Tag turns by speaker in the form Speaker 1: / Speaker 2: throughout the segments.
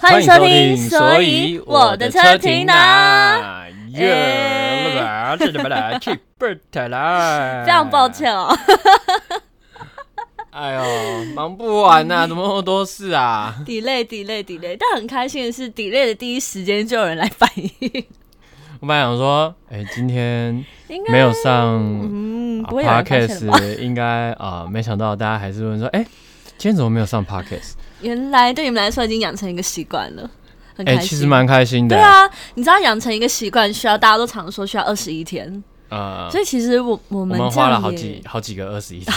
Speaker 1: 欢
Speaker 2: 欢
Speaker 1: 迎
Speaker 2: 迎
Speaker 1: 收
Speaker 2: 收
Speaker 1: 听
Speaker 2: 听，
Speaker 1: 所
Speaker 2: 所
Speaker 1: 以
Speaker 2: 以
Speaker 1: 我
Speaker 2: 我
Speaker 1: 的
Speaker 2: 的
Speaker 1: 车
Speaker 2: 车
Speaker 1: 停
Speaker 2: 停
Speaker 1: 哪
Speaker 2: 哪？
Speaker 1: 哎
Speaker 2: 耶，啦啦，这怎么啦？去不起来？
Speaker 1: 非常抱。歉哦，
Speaker 2: 哎呦，忙不完呐、
Speaker 1: 嗯
Speaker 2: 怎么那么多事啊？
Speaker 1: delay delay delay，但很开心的是，delay 的第一时间就有人来反应，
Speaker 2: 我本来想说，哎、今天
Speaker 1: 应
Speaker 2: 没有上啊
Speaker 1: 嗯，不会有人发现吧？
Speaker 2: podcast，应该啊、没想到大家还是问说，哎、今天怎么没有上 podcast？
Speaker 1: 原来对你们来说已经养成一个习惯了，很
Speaker 2: 哎、
Speaker 1: 开心。
Speaker 2: 其实蛮开心的。
Speaker 1: 对，啊，你知道养成一个习惯需要大家都常说需要二十一天，
Speaker 2: 呃，
Speaker 1: 所以其实我我
Speaker 2: 我
Speaker 1: 们
Speaker 2: 们
Speaker 1: 这
Speaker 2: 花
Speaker 1: 样
Speaker 2: 了好
Speaker 1: 也
Speaker 2: 几，好几个二十一天。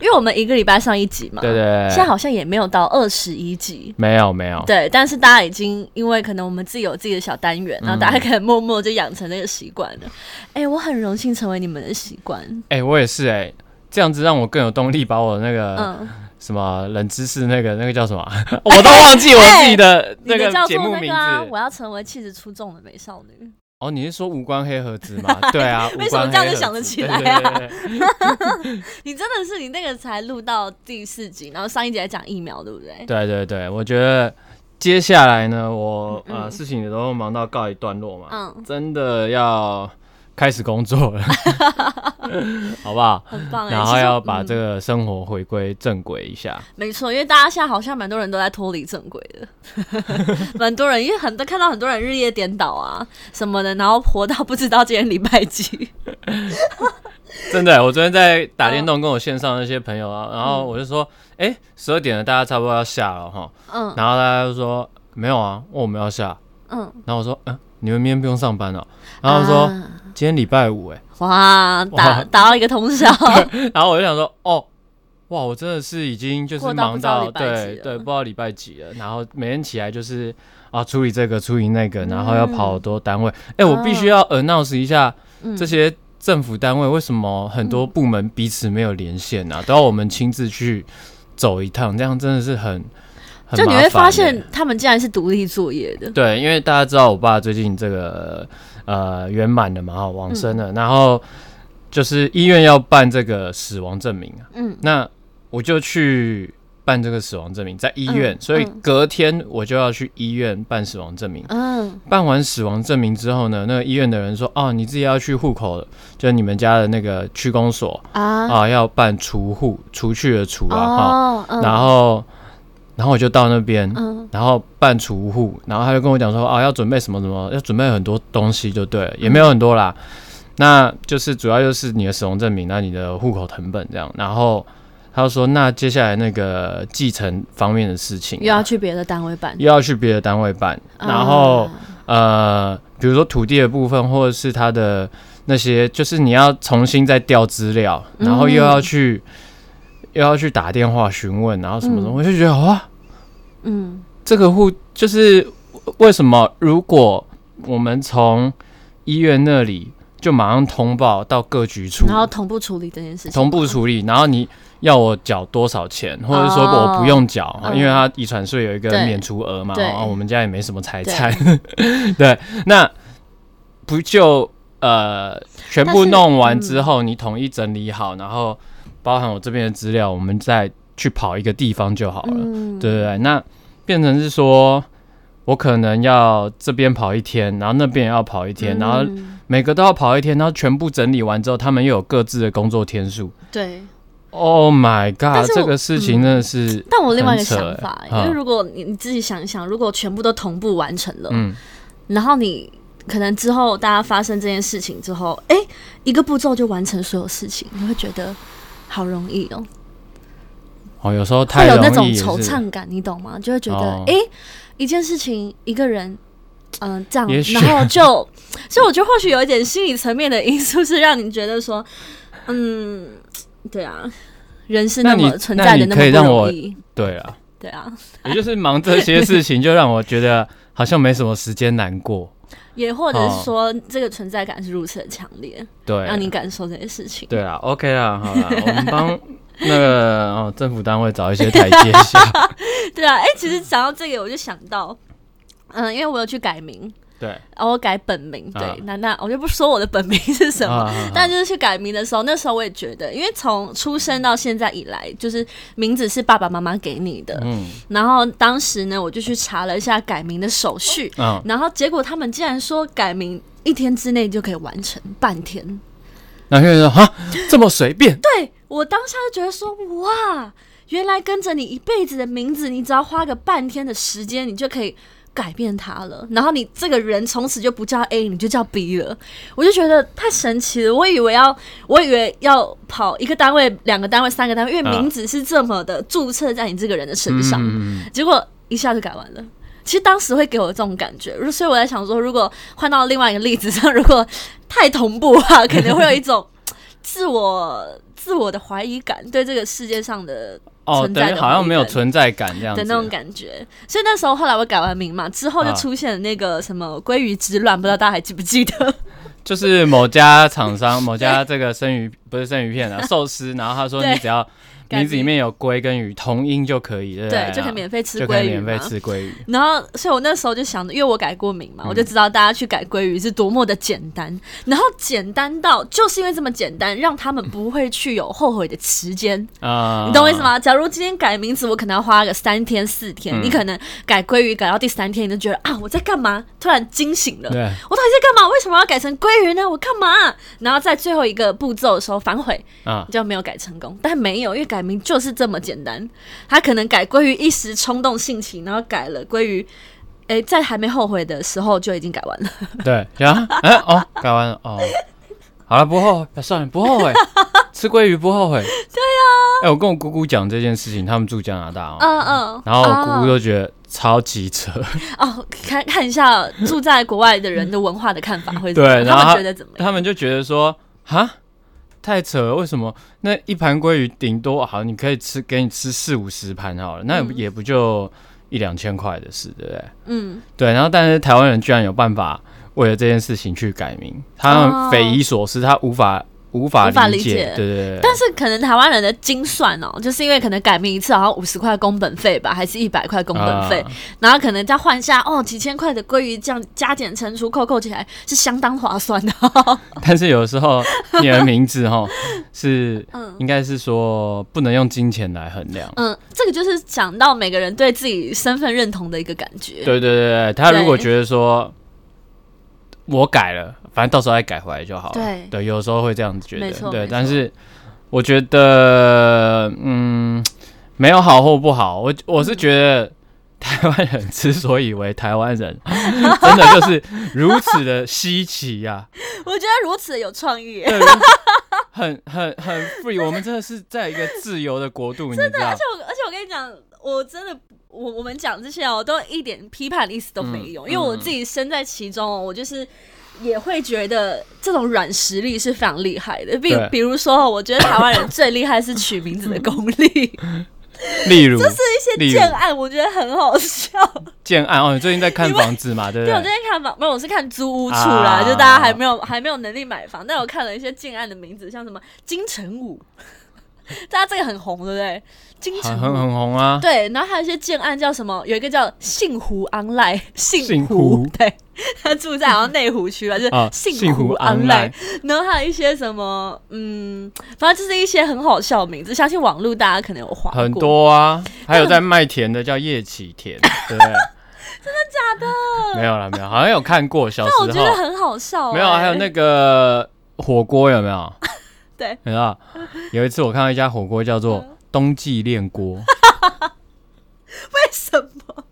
Speaker 1: 因为我们一个礼拜上一集嘛，
Speaker 2: 对对对，
Speaker 1: 现在好像也没有到二十一集，
Speaker 2: 没有没有。
Speaker 1: 对，但是大家已经因为可能我们自己有自己的小单元，然后大家可能默默就养成那个习惯了。 哎、我很荣幸成为你们的习惯。
Speaker 2: 哎、我也是哎、这样子让我更有动力把我那 个。
Speaker 1: 嗯，
Speaker 2: 什么冷知识那个那个叫什 么啊？我都忘记我自己的
Speaker 1: 哎你
Speaker 2: 那
Speaker 1: 的
Speaker 2: 个
Speaker 1: 叫
Speaker 2: 节
Speaker 1: 做
Speaker 2: 目
Speaker 1: 那
Speaker 2: 名
Speaker 1: 个啊，
Speaker 2: 字
Speaker 1: 我。要成为气质出众的美少女。
Speaker 2: 哦，你是说无关黑盒子 吗？对啊，
Speaker 1: 为
Speaker 2: 无
Speaker 1: 什么
Speaker 2: 关
Speaker 1: 这样
Speaker 2: 黑盒
Speaker 1: 就
Speaker 2: 子
Speaker 1: 想得起来？啊
Speaker 2: 对对对对
Speaker 1: 你真的是你那个才录到第四集，然后上一集还讲疫苗，对不对？
Speaker 2: 对对对，我觉得接下来呢，我
Speaker 1: 嗯嗯
Speaker 2: 呃事情也都忙到告一段落嘛，
Speaker 1: 嗯
Speaker 2: 真的要开始工作 了，好不好？
Speaker 1: 很棒哎、
Speaker 2: 然
Speaker 1: 其
Speaker 2: 后
Speaker 1: 实
Speaker 2: 要把
Speaker 1: 嗯
Speaker 2: 这个生活回归正轨一下。
Speaker 1: 没错，因为大家现在好像蛮多人都在脱离正轨的， 蛮多人，因为很多看到很多人日夜颠倒啊什么的，然后活到不知道今天礼拜几。
Speaker 2: 真的，我昨天在打电
Speaker 1: 嗯
Speaker 2: 动，跟我线上那些朋友啊，然后我就说，哎、十二点了，大家差不多要下了哈。
Speaker 1: 嗯
Speaker 2: 然后大家就说没有啊，我们要下。
Speaker 1: 嗯，
Speaker 2: 然后我说，嗯、你们明天不用上班了、然后他说、
Speaker 1: 啊
Speaker 2: 今天礼拜五哎、
Speaker 1: 哇，打
Speaker 2: 哇
Speaker 1: 打到一个通 宵，
Speaker 2: 然后我就想说，哦，哇，我真的是已经就是
Speaker 1: 过到不
Speaker 2: 忙
Speaker 1: 知道
Speaker 2: 到
Speaker 1: 礼拜几
Speaker 2: 对
Speaker 1: 了
Speaker 2: 对，不知道礼拜几了。然后每天起来就是啊，处理这个处理那个，然后要跑好多单位。哎、我必须要 announce 一下
Speaker 1: 哦嗯
Speaker 2: 这些。政府单位为什么很多部门彼此没有连线啊？都要我们亲自去走一趟，这样真的是很很
Speaker 1: 就你
Speaker 2: 麻
Speaker 1: 会
Speaker 2: 烦
Speaker 1: 发
Speaker 2: 欸
Speaker 1: 现他们竟然是独立作业的。
Speaker 2: 对，因为大家知道我爸最近这个呃圆满了嘛，哈，往
Speaker 1: 嗯
Speaker 2: 生了，然后就是医院要办这个死亡证明啊，
Speaker 1: 嗯，
Speaker 2: 那我就去办这个死亡证明，在医院，
Speaker 1: 嗯
Speaker 2: 所以
Speaker 1: 嗯
Speaker 2: 隔天我就要去医院办死亡证明。
Speaker 1: 嗯，
Speaker 2: 办完死亡证明之后呢，那个医院的人说，哦，你自己要去户口了，就是你们家的那个区公所
Speaker 1: 啊，
Speaker 2: 啊，要办除户，除去的除啊，哈、
Speaker 1: 哦，嗯
Speaker 2: 然后，然后我就到那边，
Speaker 1: 嗯
Speaker 2: 然后办储户，然后他就跟我讲说啊，要准备什么什么，要准备很多东西就对了，
Speaker 1: 嗯
Speaker 2: 也没有很多啦。那就是主要就是你的使用证明，那你的户口成本这样。然后他就说，那接下来那个继承方面的事情啊、
Speaker 1: 又要去别啊的单位办，
Speaker 2: 又要去别的单位办，然后、呃，比如说土地的部分，或者是他的那些，就是你要重新再调资料，
Speaker 1: 嗯
Speaker 2: 然后又要去、又要去打电话询问，然后什么什么，我就觉得哇。
Speaker 1: 嗯
Speaker 2: 这个户就是为什么？如果我们从医院那里就马上通报到各局处，
Speaker 1: 然后同步处理这件事情，
Speaker 2: 同步处理，然后你要我缴多少钱，或者说我不用缴，
Speaker 1: 嗯
Speaker 2: 因为他遗传税有一个
Speaker 1: 对
Speaker 2: 免除额嘛，
Speaker 1: 对
Speaker 2: 哦，我们家也没什么财产， 对，那不就呃全
Speaker 1: 但
Speaker 2: 部
Speaker 1: 是嗯
Speaker 2: 弄完之后，你统一整理好，然后包含我这边的资料，我们再去跑一个地方就好了。
Speaker 1: 嗯，
Speaker 2: 对对对，那变成是说我可能要这边跑一天，然后那边也要跑一天，然后
Speaker 1: 嗯
Speaker 2: 每个都要跑一天，然后全部整理完之后，他们又有各自的工作天数。
Speaker 1: 对。
Speaker 2: Oh my
Speaker 1: 但
Speaker 2: god！
Speaker 1: 是我嗯
Speaker 2: 这个事情真的是，
Speaker 1: 但我另外一个
Speaker 2: 很扯
Speaker 1: 想
Speaker 2: 欸
Speaker 1: 法，
Speaker 2: 嗯
Speaker 1: 因为如果你你自己想一想，如果全部都同步完成了，
Speaker 2: 嗯，
Speaker 1: 然后你可能之后大家发生这件事情之后，哎、一个步骤就完成所有事情，你会觉得好容易哦、
Speaker 2: 哦，有时候
Speaker 1: 会
Speaker 2: 太
Speaker 1: 有
Speaker 2: 容
Speaker 1: 那种
Speaker 2: 易也
Speaker 1: 惆
Speaker 2: 是。
Speaker 1: 怅感，你懂吗？就会觉得
Speaker 2: 哦
Speaker 1: 哎、诶一件事情一个人。嗯、这样
Speaker 2: 也，许
Speaker 1: 然后就， 所以我觉得或许有一点心理层面的因素，是让你觉得说，嗯，对啊，人是
Speaker 2: 那
Speaker 1: 么
Speaker 2: 你
Speaker 1: 存
Speaker 2: 那
Speaker 1: 在
Speaker 2: 你
Speaker 1: 的那
Speaker 2: 可以
Speaker 1: 么
Speaker 2: 让
Speaker 1: 不容
Speaker 2: 我
Speaker 1: 易，
Speaker 2: 对啊，
Speaker 1: 对啊，
Speaker 2: 也就是忙这些事情，就让我觉得好像没什么时间难过。
Speaker 1: 也或者是
Speaker 2: 哦
Speaker 1: 说这个存在感是如此的强烈，
Speaker 2: 对，啊
Speaker 1: 啊让你感受这些事情。
Speaker 2: 对啊，OK 啊，好啦，我们帮那个哦政府单位找一些台阶 下。
Speaker 1: 对啊，哎、其实讲到这个，我就想到，嗯，因为我有去改名，
Speaker 2: 对，
Speaker 1: 然后我改本名，对
Speaker 2: 啊，
Speaker 1: 那那我就不说我的本名是什么
Speaker 2: 啊啊啊，
Speaker 1: 但就是去改名的时候，那时候我也觉得，因为从出生到现在以来，就是名字是爸爸妈妈给你的，
Speaker 2: 嗯
Speaker 1: 然后当时呢，我就去查了一下改名的手续，
Speaker 2: 嗯，
Speaker 1: 然后结果他们竟然说改名一天之内就可以完成，半天。
Speaker 2: 然后就说哈这么随便，
Speaker 1: 对我当下就觉得说，哇，原来跟着你一辈子的名字，你只要花个半天的时间，你就可以。改变它了，然后你这个人从此就不叫 A，你就叫 B 了。我就觉得太神奇了，我以为要，我以为要跑一个单位、两个单位、三个单位，因为
Speaker 2: 啊
Speaker 1: 名字是这么的注册在你这个人的身上。
Speaker 2: 嗯
Speaker 1: 结果一下就改完了。其实当时会给我这种感觉，如所以我在想说，如果换到另外一个例子上，如果太同步的话，可能会有一种自我自我的怀疑感，对这个世界上的
Speaker 2: 哦，
Speaker 1: 存在
Speaker 2: 等
Speaker 1: 的
Speaker 2: 于好像没有
Speaker 1: 怀疑感
Speaker 2: 存在感这样子
Speaker 1: 的那种感觉。所以那时候后来我改完名嘛，之后就
Speaker 2: 啊
Speaker 1: 出现了那个什么鲑鱼之乱，不知道大家还记不记得？
Speaker 2: 就是某家 厂商，某家这个生鱼不是生鱼片啊，寿司，然后他说
Speaker 1: 对
Speaker 2: 你只要
Speaker 1: 改名
Speaker 2: 名字里面有龟跟鱼同音就可以，对不
Speaker 1: 对
Speaker 2: 对，，
Speaker 1: 就可以免费吃
Speaker 2: 就可
Speaker 1: 鲑
Speaker 2: 以
Speaker 1: 鱼
Speaker 2: 免费
Speaker 1: 嘛。
Speaker 2: 吃鲑鱼，
Speaker 1: 然后，所以我那时候就想着，因为我改过名嘛，我就知道大家去改鲑鱼是多么的简单，然后简单到就是因为这么简单，让他们不会去有后悔的时间，
Speaker 2: 啊，
Speaker 1: 你懂我意思？吗？假如今天改名字，我可能要花个三天四天，
Speaker 2: 嗯
Speaker 1: 你可能改鲑鱼改到第三天，你就觉得啊，我在干嘛？突然惊醒了，
Speaker 2: 对，
Speaker 1: 我到底在干嘛？为什么要改成鲑鱼呢？我干嘛？然后在最后一个步骤的时候反悔，
Speaker 2: 啊，
Speaker 1: 就没有改成功，但没有，因为改名就是这么简单。他可能改归于一时冲动性起，然后改了归于，诶，在还没后悔的时候就已经改完 了。
Speaker 2: 对，行啊，哎、哦，改完了哦，好了，不后悔，哎算了，不 后悔，吃鲑鱼不后悔。对呀、
Speaker 1: 啊
Speaker 2: 哎、我跟我姑姑讲这件事情，他们住加拿大哦，
Speaker 1: 嗯嗯，
Speaker 2: 然后我姑姑就觉得超级扯，
Speaker 1: 哦，看看一下住在国外的人的文化的看法会怎么
Speaker 2: 对，
Speaker 1: 样，
Speaker 2: 然后
Speaker 1: 他们觉得怎么样？
Speaker 2: 他们就觉得说，哈，太扯了，为什么那一盘鲑鱼顶多好，你可以吃，给你吃四五十盘好了，那
Speaker 1: 嗯
Speaker 2: 也不就一两千块的事，对不对？
Speaker 1: 嗯，
Speaker 2: 对，然后但是台湾人居然有办法为了这件事情去改名，他
Speaker 1: 哦
Speaker 2: 们匪夷所思，他无法无法
Speaker 1: 无法理
Speaker 2: 解
Speaker 1: 解，
Speaker 2: 对对对。
Speaker 1: 但是可能台湾人的精算哦，就是因为可能改名一次好像五十块工本费吧，还是一百块工本费，
Speaker 2: 啊
Speaker 1: 然后可能再换一下哦几千块的鲑鱼，这样加减乘除扣扣起来是相当划算的、
Speaker 2: 但是有时候你的名字哈是
Speaker 1: 嗯
Speaker 2: 应该是说不能用金钱来衡量。
Speaker 1: 嗯，这个就是讲到每个人对自己身份认同的一个感觉。
Speaker 2: 对对对对，他如果
Speaker 1: 对
Speaker 2: 觉得说我改了，反正到时候再改回来就好了。
Speaker 1: 对
Speaker 2: 对，有时候会这样子觉
Speaker 1: 没
Speaker 2: 得。
Speaker 1: 错
Speaker 2: 对，
Speaker 1: 没
Speaker 2: 但
Speaker 1: 错
Speaker 2: 是我觉得嗯，没有好或不好，我我是觉得。台湾人之所以为台湾 人，真的就是如此的稀奇啊呀、
Speaker 1: 我觉得如此有创意。
Speaker 2: 对，很很很 free，我们真的是在一个自由的国度，你知道
Speaker 1: 而且？我，而且我跟你讲，我真的，我我们讲这些哦，都一点批判的意思都没有，
Speaker 2: 嗯
Speaker 1: 因为我自己身在其中哦，我就是。也会觉得这种软实力是非常厉害的，比
Speaker 2: 对
Speaker 1: 比如说哦，我觉得台湾人最厉害是取名字的功 力，
Speaker 2: 例如
Speaker 1: 这些
Speaker 2: 例如
Speaker 1: 建案我觉得很好笑。
Speaker 2: 建案哦，你最近在看房子嘛，对不
Speaker 1: 对，我最
Speaker 2: 对？
Speaker 1: 近看房，没有，我是看租屋处啦，
Speaker 2: 啊
Speaker 1: 就大家还没有还没有能力买房，但我看了一些近岸的名字，像什么金城武， 大家这个很红，对不对？金
Speaker 2: 很
Speaker 1: 城
Speaker 2: 很
Speaker 1: 武。
Speaker 2: 很红啊，
Speaker 1: 对，然后还有一些建案叫什么？有一个叫幸湖安赖，幸
Speaker 2: 幸
Speaker 1: 湖
Speaker 2: 湖，
Speaker 1: 对，他住在好像内湖区吧，就是
Speaker 2: 啊，
Speaker 1: 幸
Speaker 2: 福
Speaker 1: 湖
Speaker 2: 安
Speaker 1: 安
Speaker 2: 赖
Speaker 1: 赖。，然后还有一些什么，嗯，反正就是一些很好笑的名字，相信网络大家可能有划过，
Speaker 2: 很多啊，还有在卖田的叫叶启 田，对不对？真的假的？没有了，没有，好像有看过小
Speaker 1: 但我
Speaker 2: 时
Speaker 1: 觉得
Speaker 2: 候，
Speaker 1: 很好笑、
Speaker 2: 没有啊，
Speaker 1: 哎
Speaker 2: 还有那个火锅有没有？
Speaker 1: 对，
Speaker 2: 你 知道，有一次我看到一家火锅叫做
Speaker 1: 嗯
Speaker 2: 冬季炼锅，
Speaker 1: 为什么？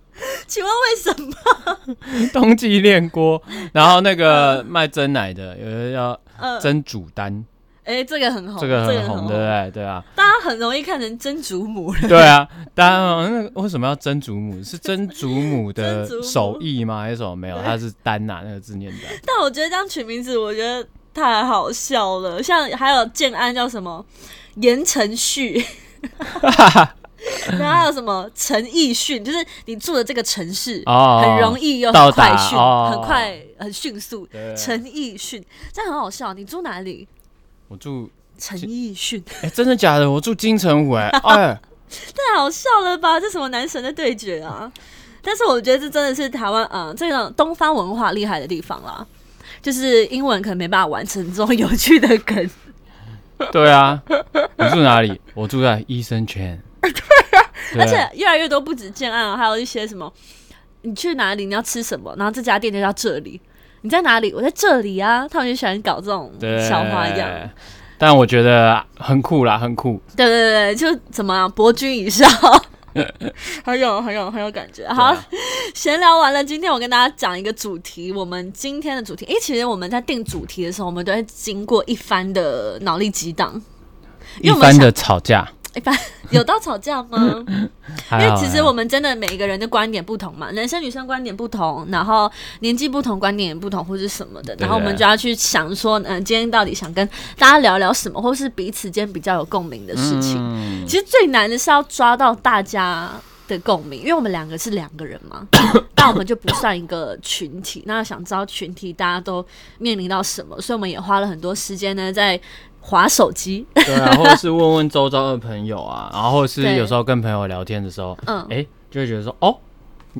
Speaker 1: 请问为什么？
Speaker 2: 冬季炼锅，然后那个卖真奶的，有人叫
Speaker 1: 嗯、
Speaker 2: 蒸煮丹，
Speaker 1: 哎、这个很红，
Speaker 2: 这个很
Speaker 1: 很
Speaker 2: 红，对不对？对啊，
Speaker 1: 大家很容易看成真祖母了。
Speaker 2: 对啊，当然好像那个为什么要蒸祖母？ 是蒸祖母
Speaker 1: 蒸
Speaker 2: 的
Speaker 1: 祖母
Speaker 2: 手艺吗？还是什么？没有，
Speaker 1: 对
Speaker 2: 它是丹啊呐、那个字念丹。
Speaker 1: 但我觉得这样取名字，我觉得太好笑了。像还有建安叫什么言承 旭，然后还有什么陈奕迅，就是你住的这个城市。
Speaker 2: 哦，
Speaker 1: 很容易又
Speaker 2: 到
Speaker 1: 很
Speaker 2: 达
Speaker 1: 快迅，
Speaker 2: 哦
Speaker 1: 很快很迅速。
Speaker 2: 对啊
Speaker 1: 陈奕迅，这样很好笑。你住哪里？
Speaker 2: 我住，
Speaker 1: 陈奕迅，
Speaker 2: 哎、真的假的？ 我住金城武、哎，哎，
Speaker 1: 太好笑了吧？这什么男神的对决啊？但是我觉得这真的是台湾嗯这种东方文化厉害的地方啦，就是英文可能没办法完成这种有趣的梗。
Speaker 2: 对啊，你住哪里？我住在医生 圈。对
Speaker 1: 啊
Speaker 2: 啊
Speaker 1: 而且越来越多不止建案哦，还有一些什么，你去哪里你要吃什么，然后这家店就叫这里。你在哪里？我在这里啊！他们就喜欢搞这种
Speaker 2: 对
Speaker 1: 小花样，。
Speaker 2: 但我觉得很酷啦，很酷。
Speaker 1: 对对对，就怎么样啊博君一笑， 很有很有很有感觉。好
Speaker 2: 对啊，
Speaker 1: 闲聊完了，今天我跟大家讲一个主题，我们今天的主题，诶，其实我们在定主题的时候，我们都会经过一番的脑力激荡，因
Speaker 2: 一
Speaker 1: 为我们
Speaker 2: 般
Speaker 1: 想
Speaker 2: 的吵架，
Speaker 1: 一般有到吵架 吗？
Speaker 2: 因
Speaker 1: 因为其实我们真的每一个人的观点不同嘛，男生女生观点不同，然后年纪不同，观点也不同，或是什么的，然后我们
Speaker 2: 对啊
Speaker 1: 就要去想说，嗯、今天到底想跟大家聊聊什么，或是彼此间比较有共鸣的事情。
Speaker 2: 嗯，
Speaker 1: 其实最难的是要抓到大家的共鸣，因为我们两个是两个人 嘛，那我们就不算一个群体。那想知道群体大家都面临到什么，所以我们也花了很多时间呢在划手机。
Speaker 2: 对啊，或者是问问周遭的朋友啊，然后或者
Speaker 1: 对
Speaker 2: 是有时候跟朋友聊天的时候，
Speaker 1: 嗯，
Speaker 2: 哎、就会觉得说，哦，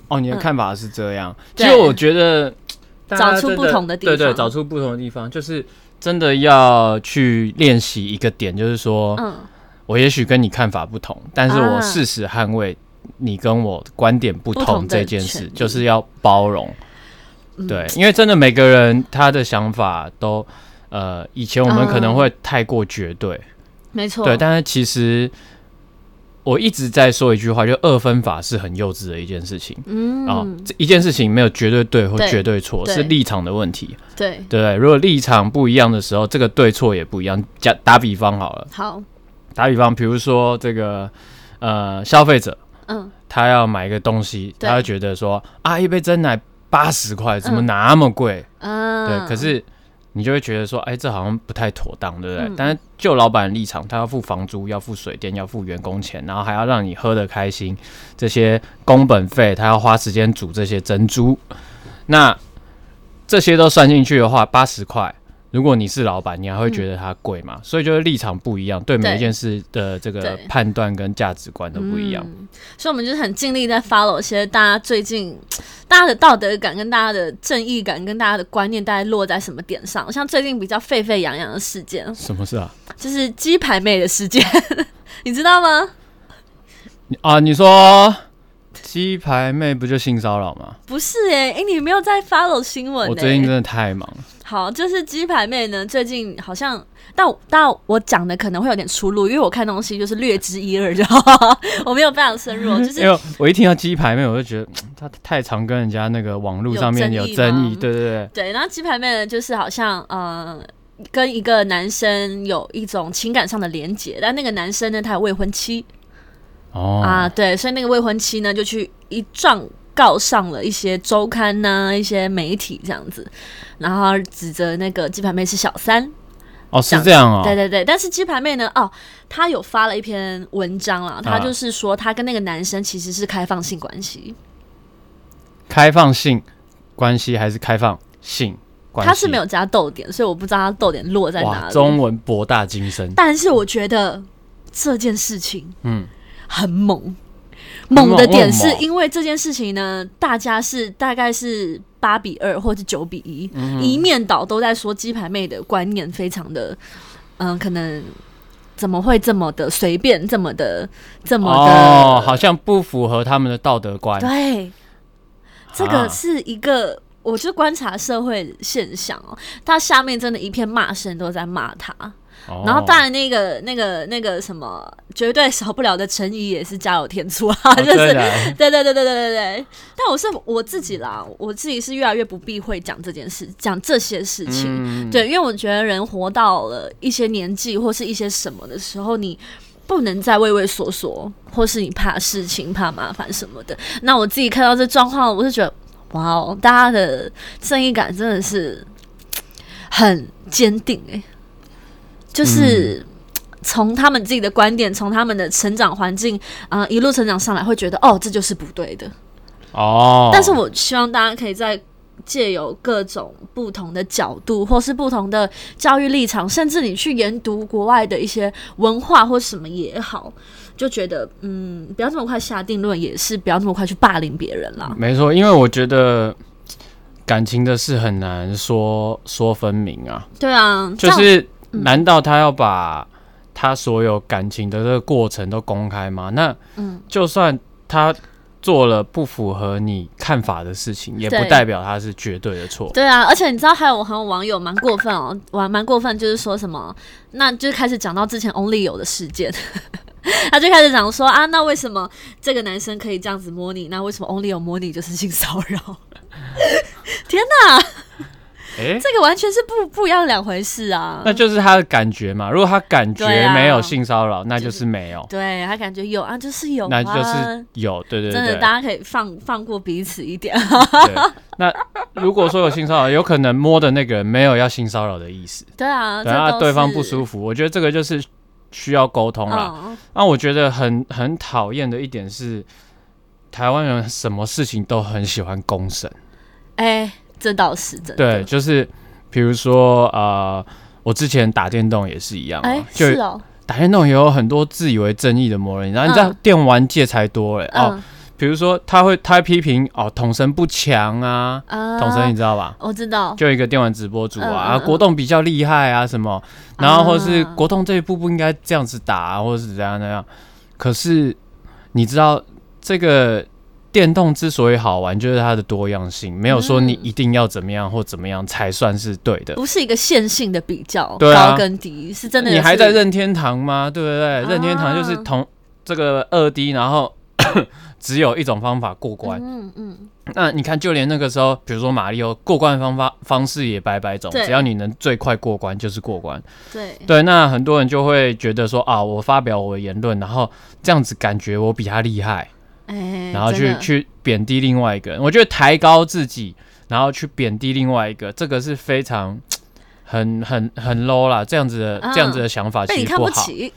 Speaker 2: 哦，你的
Speaker 1: 嗯
Speaker 2: 看法是这样。
Speaker 1: 对
Speaker 2: 其实我觉得，大家
Speaker 1: 找出
Speaker 2: 真
Speaker 1: 不同的地
Speaker 2: 对对，
Speaker 1: 方
Speaker 2: 找出不同的地方，就是真的要去练习一个点，就是说，
Speaker 1: 嗯，
Speaker 2: 我也许跟你看法不同，但是
Speaker 1: 啊
Speaker 2: 我事实捍卫你跟我观点不
Speaker 1: 不同
Speaker 2: 同
Speaker 1: 的
Speaker 2: 这件
Speaker 1: 权
Speaker 2: 事
Speaker 1: 利，
Speaker 2: 就是要包容。
Speaker 1: 嗯
Speaker 2: 对，因为真的每个人他的想法都，呃，以前我们可
Speaker 1: 嗯
Speaker 2: 能会太过绝对，
Speaker 1: 没错，
Speaker 2: 对，但是其实我一直在说一句话，就二分法是很幼稚的一件事情
Speaker 1: 嗯，
Speaker 2: 啊、这一件事情没有绝对对或
Speaker 1: 对
Speaker 2: 绝对错，
Speaker 1: 对
Speaker 2: 是立场的问题，
Speaker 1: 对，
Speaker 2: 对不对？如果立场不一样的时候，这个对错也不一样。假打比方好了，
Speaker 1: 好，
Speaker 2: 打比方，比如说这个呃消费者
Speaker 1: 嗯，
Speaker 2: 他要买一个东西，
Speaker 1: 对
Speaker 2: 他会觉得说啊一杯真奶八十块，怎么
Speaker 1: 嗯
Speaker 2: 那么贵？
Speaker 1: 啊，
Speaker 2: 对，可是你就会觉得说，哎，这好像不太妥当，对不对？
Speaker 1: 嗯
Speaker 2: 但是就老板的立场，他要付房租，要付水电，要付员工钱，然后还要让你喝得开心，这些工本费，他要花时间煮这些珍珠，那这些都算进去的话，八十块。如果你是老板，你还会觉得它贵嘛？所以就是立场不一样，对每
Speaker 1: 对
Speaker 2: 一件事的这个
Speaker 1: 嗯对
Speaker 2: 判断跟价值观都不一样。
Speaker 1: 嗯所以我们就是很尽力在 follow 一些大家最近大家的道德感、跟大家的正义感、跟大家的观念，大概落在什么点上？像最近比较沸沸扬扬的事件，
Speaker 2: 什么事啊？
Speaker 1: 就是鸡排妹的事件， 你知道吗？
Speaker 2: 啊，你说鸡排妹不就性骚扰吗？
Speaker 1: 不是哎、欸，哎、你没有在 follow 新闻、欸？
Speaker 2: 我最近真的太忙了。
Speaker 1: 好，就是鸡排妹呢，最近好像，但但我讲的可能会有点出入，因为我看东西就是略知一二，就好， 我没有非常深入，就是
Speaker 2: 因为我一听到鸡排妹，我就觉得嗯他太常跟人家那个网络上面
Speaker 1: 有争
Speaker 2: 有
Speaker 1: 议
Speaker 2: 争议，
Speaker 1: 吗
Speaker 2: 对对对，
Speaker 1: 对，然后鸡排妹呢，就是好像呃，跟一个男生有一种情感上的连结，但那个男生呢，他有未婚妻、
Speaker 2: 哦，
Speaker 1: 啊，对，所以那个未婚妻呢，就去一状告上了一些周刊呐、一些媒体这样子，然后指责那个鸡排妹是小三，
Speaker 2: 哦是这样哦，
Speaker 1: 对对对，但是鸡排妹呢，哦，她有发了一篇文章啦，她
Speaker 2: 啊
Speaker 1: 就是说她跟那个男生其实是开放性关系，
Speaker 2: 开放性关系还是开放性关系？
Speaker 1: 她是没有加逗点，所以我不知道她逗点落在哪
Speaker 2: 哇，
Speaker 1: 里。
Speaker 2: 中文博大精深，
Speaker 1: 但是我觉得这件事情，嗯
Speaker 2: 嗯，
Speaker 1: 很猛。
Speaker 2: 猛
Speaker 1: 猛的点
Speaker 2: 为什
Speaker 1: 是
Speaker 2: 么
Speaker 1: 因为这件事情呢，大家是大概是八比二或者九比一、
Speaker 2: 嗯
Speaker 1: 一面倒都在说鸡排妹的观念非常的，嗯、可能怎么会这么的随便，这么的这么的，
Speaker 2: 哦，好像不符合他们的道德观，
Speaker 1: 对，这个
Speaker 2: 啊
Speaker 1: 是一个，我就观察社会现象哦，他下面真的一片骂声都在骂他，
Speaker 2: 哦
Speaker 1: 然后当然那个那个那个什么，绝对少不了的陈怡也是加有添醋啊，
Speaker 2: 哦
Speaker 1: 就
Speaker 2: 真
Speaker 1: 是。
Speaker 2: 的啊
Speaker 1: 对对对对对对对，但我是我自己啦，我自己是越来越不避讳讲这件事，讲这些事情。
Speaker 2: 嗯
Speaker 1: 对，因为我觉得人活到了一些年纪或是一些什么的时候，你不能再畏畏缩缩，或是你怕事情、怕麻烦什么的。那我自己看到这状况，我就觉得，哇哦，大家的正义感真的是很坚定诶、就是。从他们自己的观点，从他们的成长环境，啊、一路成长上来，会觉得哦，这就是不对的。
Speaker 2: 哦，
Speaker 1: 但是我希望大家可以在借由各种不同的角度，或是不同的教育立场，甚至你去研读国外的一些文化或什么也好，就觉得嗯，不要这么快下定论，也是不要这么快去霸凌别人啦。
Speaker 2: 没错，因为我觉得感情的事很难说说分明啊。
Speaker 1: 对啊，这
Speaker 2: 就
Speaker 1: 样
Speaker 2: 是难道他要把他所有感情的这个过程都公开吗？那
Speaker 1: 嗯
Speaker 2: 就算他做了不符合你看法的事情，也不
Speaker 1: 对
Speaker 2: 代表他是绝对的错。
Speaker 1: 对啊，而且你知道，还有很多网友蛮过分哦，玩蛮过分，就是说什么，那就开始讲到之前 Only 有的事件， 他就开始讲说啊，那为什么这个男生可以这样子摸你？那为什么 Only 有摸你就是性骚扰？
Speaker 2: 诶、
Speaker 1: 这个完全是不不一样两回事啊。
Speaker 2: 那就是他的感觉嘛。如果他感觉
Speaker 1: 对啊
Speaker 2: 没有性骚扰，那就是没有，
Speaker 1: 对他感觉有啊，就是有啊，
Speaker 2: 那就是有。对对
Speaker 1: 真
Speaker 2: 对
Speaker 1: 的，大家可以放放过彼此一点。
Speaker 2: 对。那如果说有性骚扰，有可能摸的那个人没有要性骚扰的意思，
Speaker 1: 对啊，
Speaker 2: 等下
Speaker 1: 这
Speaker 2: 对方不舒
Speaker 1: 服
Speaker 2: 服，我觉得这个就是需要沟通啦。
Speaker 1: 嗯，
Speaker 2: 那我觉得很很讨厌的一点是，台湾人什么事情都很喜欢公审。
Speaker 1: 哎、这倒是真的。
Speaker 2: 对，，就是比如说呃，我之前打电动也是一样、啊，
Speaker 1: 哎、
Speaker 2: 就是
Speaker 1: 哦，
Speaker 2: 打电动也有很多自以为正义的魔人，然后你知道
Speaker 1: 嗯
Speaker 2: 电玩界才多嘞、哦。
Speaker 1: 嗯
Speaker 2: 比如说他会他会批评哦统神不强啊，
Speaker 1: 啊，
Speaker 2: 统神你知道吧？
Speaker 1: 我知道，
Speaker 2: 就一个电玩直播主啊，
Speaker 1: 哦嗯嗯
Speaker 2: 啊
Speaker 1: 嗯
Speaker 2: 国栋比较厉害啊什么，然后或是
Speaker 1: 啊
Speaker 2: 国栋这一步不应该这样子打、啊，或是怎样那样。可是你知道这个电动之所以好玩，就是它的多样性，没有说
Speaker 1: 嗯
Speaker 2: 你一定要怎么样或怎么样才算是对的。
Speaker 1: 不是一个线性的比较，
Speaker 2: 对啊
Speaker 1: 高跟低是真的是。
Speaker 2: 你还在任天堂吗？对不对？任天堂就是
Speaker 1: 啊
Speaker 2: 同这个二 D，然后 只有一种方法过关。
Speaker 1: 嗯嗯，
Speaker 2: 那你看，就连那个时候，比如说马里奥过关的方法方式也百百种，
Speaker 1: 对
Speaker 2: 只要你能最快过关就是过关。
Speaker 1: 对，
Speaker 2: 对，那很多人就会觉得说啊，我发表我的言论，然后这样子感觉我比他厉害，
Speaker 1: 哎，
Speaker 2: 然后
Speaker 1: 真
Speaker 2: 去
Speaker 1: 的
Speaker 2: 去贬低另外一个人。我觉得抬高自己，然后去贬低另外一个，这个是非常很很很 low 啦。这样子的、这样子的想法
Speaker 1: 被
Speaker 2: 其
Speaker 1: 啊你
Speaker 2: 实
Speaker 1: 看
Speaker 2: 不
Speaker 1: 不
Speaker 2: 好。
Speaker 1: 起，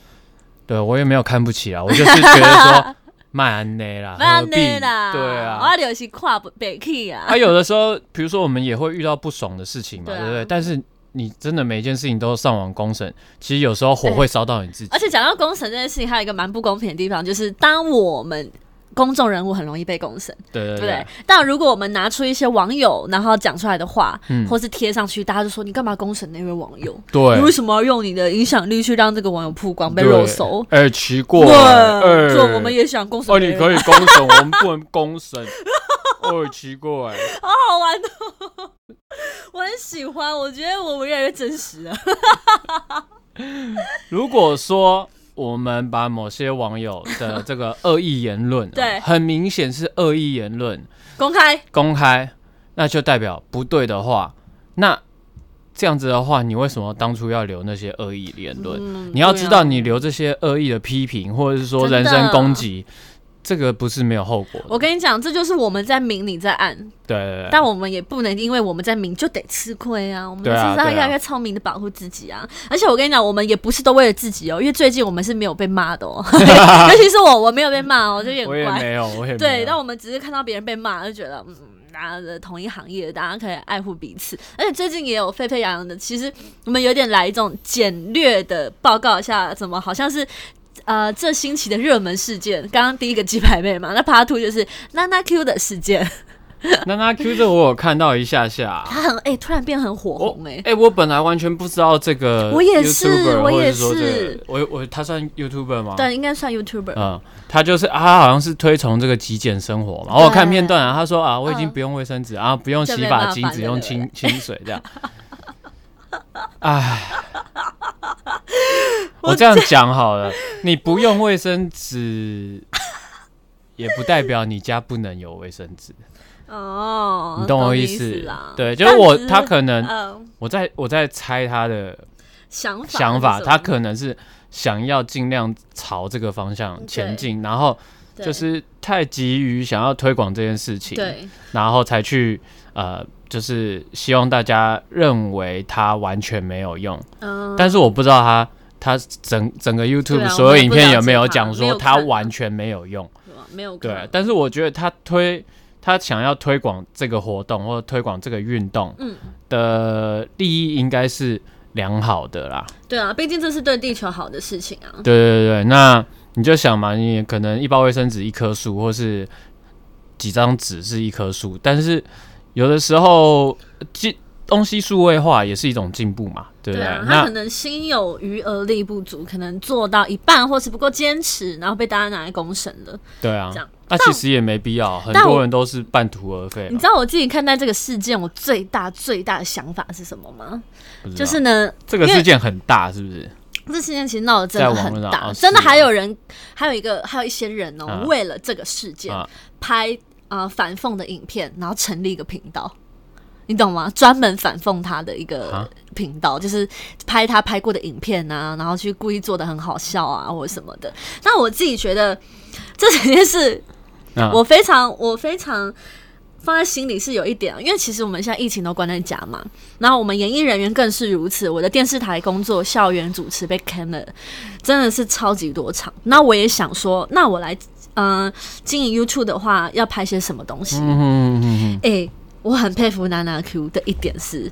Speaker 2: 对我也没有看不起啦，我就是觉得说 慢安内啦，
Speaker 1: 那
Speaker 2: 啊何必
Speaker 1: 那啦，
Speaker 2: 对啊，
Speaker 1: 我就是跨不北去啊，
Speaker 2: 啊，有的时候，比如说我们也会遇到不爽的事情嘛，
Speaker 1: 对
Speaker 2: 对
Speaker 1: 啊
Speaker 2: 不对？但是你真的每一件事情都上网公审，其实有时候火会烧到你自己。
Speaker 1: 而且讲到公审这件事情，还有一个蛮不公平的地方，就是当我们。公众人物很容易被公审，
Speaker 2: 对对啊
Speaker 1: 对不
Speaker 2: 对
Speaker 1: 对？但如果我们拿出一些网友然后讲出来的话，
Speaker 2: 嗯
Speaker 1: 或是贴上去，大家就说你干嘛公审那位网友？你为
Speaker 2: 对，
Speaker 1: 什么要用你的影响力去让这个网友曝光被
Speaker 2: 对
Speaker 1: 肉搜？
Speaker 2: 哎，奇怪，哎
Speaker 1: 对，做我们也想公审
Speaker 2: 哦，
Speaker 1: 别人。
Speaker 2: 你可以公审，我们 不能公审。哦，奇怪，
Speaker 1: 好好玩哦， 我很喜欢，我觉得我们越来越真实了。
Speaker 2: 如果说。我们把某些网友的这个恶意言论，啊
Speaker 1: 对
Speaker 2: 很明显是恶意言论，
Speaker 1: 公开，
Speaker 2: 公开，那就代表不对的话，那这样子的话，你为什么当初要留那些恶意言论？
Speaker 1: 嗯
Speaker 2: 你要知道，
Speaker 1: 对啊
Speaker 2: 你留这些恶意的批评，或者是说
Speaker 1: 真
Speaker 2: 人
Speaker 1: 的
Speaker 2: 身攻击，这个不是没有后果的。
Speaker 1: 我跟你讲，这就是我们在明，你在暗，
Speaker 2: 对对对，
Speaker 1: 但我们也不能因为我们在明就得吃亏啊。我们
Speaker 2: 对啊
Speaker 1: 就是要
Speaker 2: 对啊
Speaker 1: 越来越聪明的保护自己啊。而且我跟你讲，我们也不是都为了自己哦，因为最近我们是没有被骂的 哦，尤其是我，我没有被骂哦，就有点
Speaker 2: 我也
Speaker 1: 乖。
Speaker 2: 没有，我也没有。
Speaker 1: 对，但我们只是看到别人被骂，就觉得嗯，大家的同一行业，大家可以爱护彼此。而且最近也有沸沸扬扬的，其实我们有点来一种简略的报告一下，怎么好像是。呃，这星期的热门事件，刚刚第一个鸡排妹嘛，那 Part Two 就是娜娜 Q 的事件，
Speaker 2: 那那 Q 这我有看到一下下，
Speaker 1: 她很哎、突然变很火
Speaker 2: 我
Speaker 1: 红哎、
Speaker 2: 哎、我本来完全不知道这个 YouTuber，
Speaker 1: 我也是
Speaker 2: 或
Speaker 1: 我
Speaker 2: 者
Speaker 1: 也
Speaker 2: 说这
Speaker 1: 是
Speaker 2: 个我我他算 YouTuber 吗？
Speaker 1: 对，应该算 YouTuber，、
Speaker 2: 嗯，他就是啊，他好像是推崇这个极简生活嘛。我有看片段啊，他说啊，我已经
Speaker 1: 嗯
Speaker 2: 不用卫生纸、啊，不用洗
Speaker 1: 就没
Speaker 2: 发
Speaker 1: 办
Speaker 2: 精，
Speaker 1: 法
Speaker 2: 只
Speaker 1: 对
Speaker 2: 用
Speaker 1: 对对
Speaker 2: 清清水这样。唉， 我这样讲好了，你不用卫生纸， 也不代表你家不能有卫生纸，
Speaker 1: 哦，
Speaker 2: 你懂我
Speaker 1: 意
Speaker 2: 意思
Speaker 1: 啦？？
Speaker 2: 对，就是
Speaker 1: 但
Speaker 2: 我
Speaker 1: 只是
Speaker 2: 他可能
Speaker 1: 嗯，
Speaker 2: 我在我在猜他的
Speaker 1: 想法
Speaker 2: 想法，
Speaker 1: 是什
Speaker 2: 他
Speaker 1: 么
Speaker 2: 可能是想要尽量朝这个方向前
Speaker 1: 对
Speaker 2: 进，然后。
Speaker 1: 对
Speaker 2: 就是太急于想要推广这件事情，，
Speaker 1: 对
Speaker 2: 然后才去呃，就是希望大家认为它完全没有用。
Speaker 1: 嗯，
Speaker 2: 但是我不知道他他整整个
Speaker 1: 对
Speaker 2: YouTube
Speaker 1: 啊
Speaker 2: 所有影片有没有
Speaker 1: 我们也不了解它
Speaker 2: 讲
Speaker 1: 没
Speaker 2: 说
Speaker 1: 有
Speaker 2: 它
Speaker 1: 看啊
Speaker 2: 完全没有用？
Speaker 1: 是吧没有
Speaker 2: 对
Speaker 1: 看，
Speaker 2: 但是我觉得他推他想要推广这个活动或者推广这个运动
Speaker 1: 嗯，
Speaker 2: 的利益应该是良好的啦。
Speaker 1: 对啊，毕竟这是对地球好的事情啊。
Speaker 2: 对对对，那你就想嘛，你可能一包卫生纸一棵树，或是几张纸是一棵树，但是有的时候进东西数位化也是一种进步嘛，对不
Speaker 1: 对
Speaker 2: 对？
Speaker 1: 啊，他
Speaker 2: 那
Speaker 1: 可能心有余而力不足，可能做到一半或是不够坚持，然后被大家拿来公审了。
Speaker 2: 对啊
Speaker 1: 这样，
Speaker 2: 那其实也没必要，很
Speaker 1: 但我
Speaker 2: 多人都是半途而废
Speaker 1: 你
Speaker 2: 了
Speaker 1: 知。道我自己看待这个事件，我最大最大的想法是什么吗？
Speaker 2: 不知道
Speaker 1: 就是呢，
Speaker 2: 这个
Speaker 1: 因为
Speaker 2: 事件很大，是不是？
Speaker 1: 这事件其实闹得真的
Speaker 2: 在网
Speaker 1: 很
Speaker 2: 络上
Speaker 1: 大，
Speaker 2: 哦
Speaker 1: 真的
Speaker 2: 是啊
Speaker 1: 还有人，还有一个，还有一些人哦，
Speaker 2: 啊
Speaker 1: 为了这个事件
Speaker 2: 啊
Speaker 1: 拍呃反讽的影片，然后成立一个频道，你懂吗？专门反讽他的一个
Speaker 2: 啊
Speaker 1: 频道，就是拍他拍过的影片啊，然后去故意做的很好笑啊，或者什么的。那我自己觉得这整件事
Speaker 2: 那
Speaker 1: 我非常，我非常放在心里是有一点啊，因为其实我们现在疫情都关在家嘛，然后我们演艺人员更是如此。我的电视台工作、校园主持被坑了，真的是超级多场。那我也想说，那我来，嗯、经营 YouTube 的话，要拍些什么东西？
Speaker 2: 嗯哼哼
Speaker 1: 诶，我很佩服娜娜 Q 的一点是，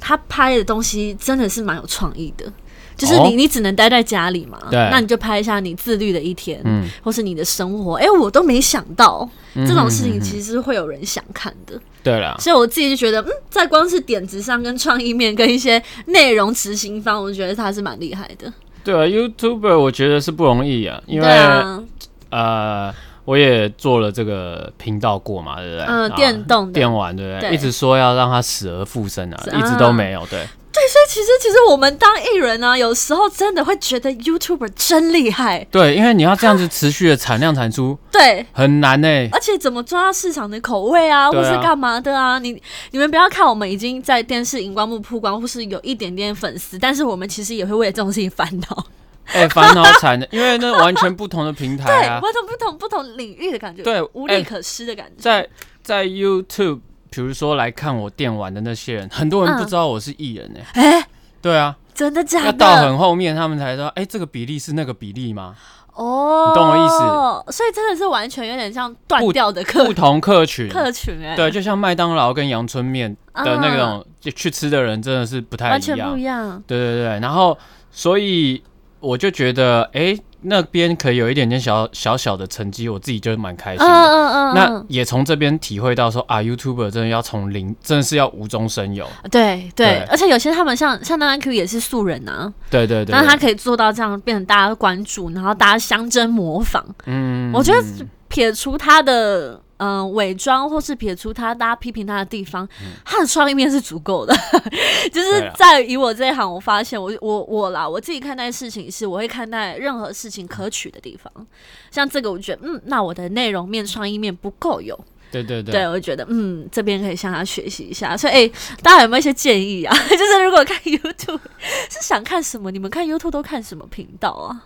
Speaker 1: 她拍的东西真的是蛮有创意的。就是你，
Speaker 2: 哦
Speaker 1: 你只能待在家里嘛，
Speaker 2: 对
Speaker 1: 那你就拍一下你自律的一天，
Speaker 2: 嗯
Speaker 1: 或是你的生活。诶，我都没想到
Speaker 2: 哼
Speaker 1: 这种事
Speaker 2: 嗯
Speaker 1: 情，其实是会有人想看的。
Speaker 2: 对了，
Speaker 1: 所以我自己就觉得，嗯，在光是点子上跟创意面跟一些内容执行方，我觉得他是蛮厉害的。
Speaker 2: 对啊，YouTuber 我觉得是不容易啊，因为、
Speaker 1: 对啊，
Speaker 2: 呃，我也做了这个频道过嘛，对不对？
Speaker 1: 嗯
Speaker 2: 啊
Speaker 1: 电动的
Speaker 2: 电玩，对不对？
Speaker 1: 对
Speaker 2: 一直说要让它死而复生啊，
Speaker 1: 啊
Speaker 2: 一直都没有，对
Speaker 1: 所以其实其实我们当艺人呢、有时候真的会觉得 YouTuber 真厉害，
Speaker 2: 对，因为你要这样子持续的产量产出
Speaker 1: 对。
Speaker 2: 很难欸呢、
Speaker 1: 而且怎么抓到市场的口味啊，
Speaker 2: 对
Speaker 1: 或
Speaker 2: 啊
Speaker 1: 是干嘛的啊？你你们不要看我们已经在电视荧光幕曝光，或是有一点点粉丝，但是我们其实也会为了这种事情烦恼。
Speaker 2: 哎、烦恼惨的，因为那完全不同的平台 啊
Speaker 1: 对，，不同不同不同领域的感觉，
Speaker 2: 对
Speaker 1: 无力
Speaker 2: 哎
Speaker 1: 可施的感觉。
Speaker 2: 在在 YouTube，比如说来看我电玩的那些人，很多人
Speaker 1: 嗯
Speaker 2: 不知道我是艺人呢、欸
Speaker 1: 哎、
Speaker 2: 对啊，
Speaker 1: 真的假
Speaker 2: 要
Speaker 1: 的？
Speaker 2: 到很后面他们才知道，哎、这个比例是那个比例吗？
Speaker 1: 哦，
Speaker 2: 你懂我意
Speaker 1: 思？所以真的是完全有点像断掉的客
Speaker 2: 不同客群，
Speaker 1: 客群哎、
Speaker 2: 对，就像麦当劳跟阳春面的那
Speaker 1: 啊
Speaker 2: 种，就去吃的人真的是不太
Speaker 1: 完
Speaker 2: 一
Speaker 1: 全
Speaker 2: 样
Speaker 1: 不一。样。
Speaker 2: 对对对，然后所以我就觉得，哎、那边可以有一点点小小小的成绩，我自己就蛮开
Speaker 1: 嗯
Speaker 2: 心的。
Speaker 1: 嗯嗯，
Speaker 2: 那
Speaker 1: 嗯
Speaker 2: 也从这边体会到说啊，YouTuber 真的要从零，真的是要无中生有。
Speaker 1: 对对
Speaker 2: 对，
Speaker 1: 而且有些他们像像当然 Q 也是素人啊，
Speaker 2: 对对对
Speaker 1: 但是他
Speaker 2: 对，
Speaker 1: 可以做到这样，变成大家都关注，然后大家相争模仿。
Speaker 2: 嗯
Speaker 1: 我觉得撇除他的嗯、呃伪装，或是撇除他大家批评他的地方，他的创意面是足够的。 就是
Speaker 2: 嗯对啊
Speaker 1: 在于我这一行，我发现我我我啦，我自己看待事情是，我会看待任何事情可取的地方。像这个，我觉得嗯，那我的内容面、创意面不够有，
Speaker 2: 对对对
Speaker 1: 对我觉得嗯，这边可以向他学习一下。所以哎、大家有没有一些建议啊？ 就是如果看 YouTube 是想看什么，你们看 YouTube 都看什么频道啊？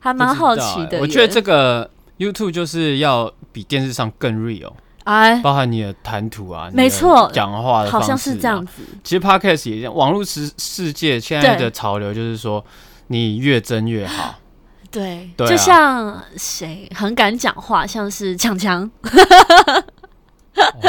Speaker 1: 还蛮好奇的耶、
Speaker 2: 欸我觉得这个 YouTube 就是要比电视上更 real，
Speaker 1: 哎，
Speaker 2: 包含你的谈吐啊，你
Speaker 1: 没
Speaker 2: 的
Speaker 1: 错
Speaker 2: 讲话的
Speaker 1: 好
Speaker 2: 方
Speaker 1: 像
Speaker 2: 式
Speaker 1: 是这
Speaker 2: 啊
Speaker 1: 样子。
Speaker 2: 其实 podcast 也一样，网络世世界现在
Speaker 1: 对
Speaker 2: 的潮流就是说，你越真越 好。
Speaker 1: 对，
Speaker 2: 对啊
Speaker 1: 就像谁很敢讲话，像是强强。
Speaker 2: 嗯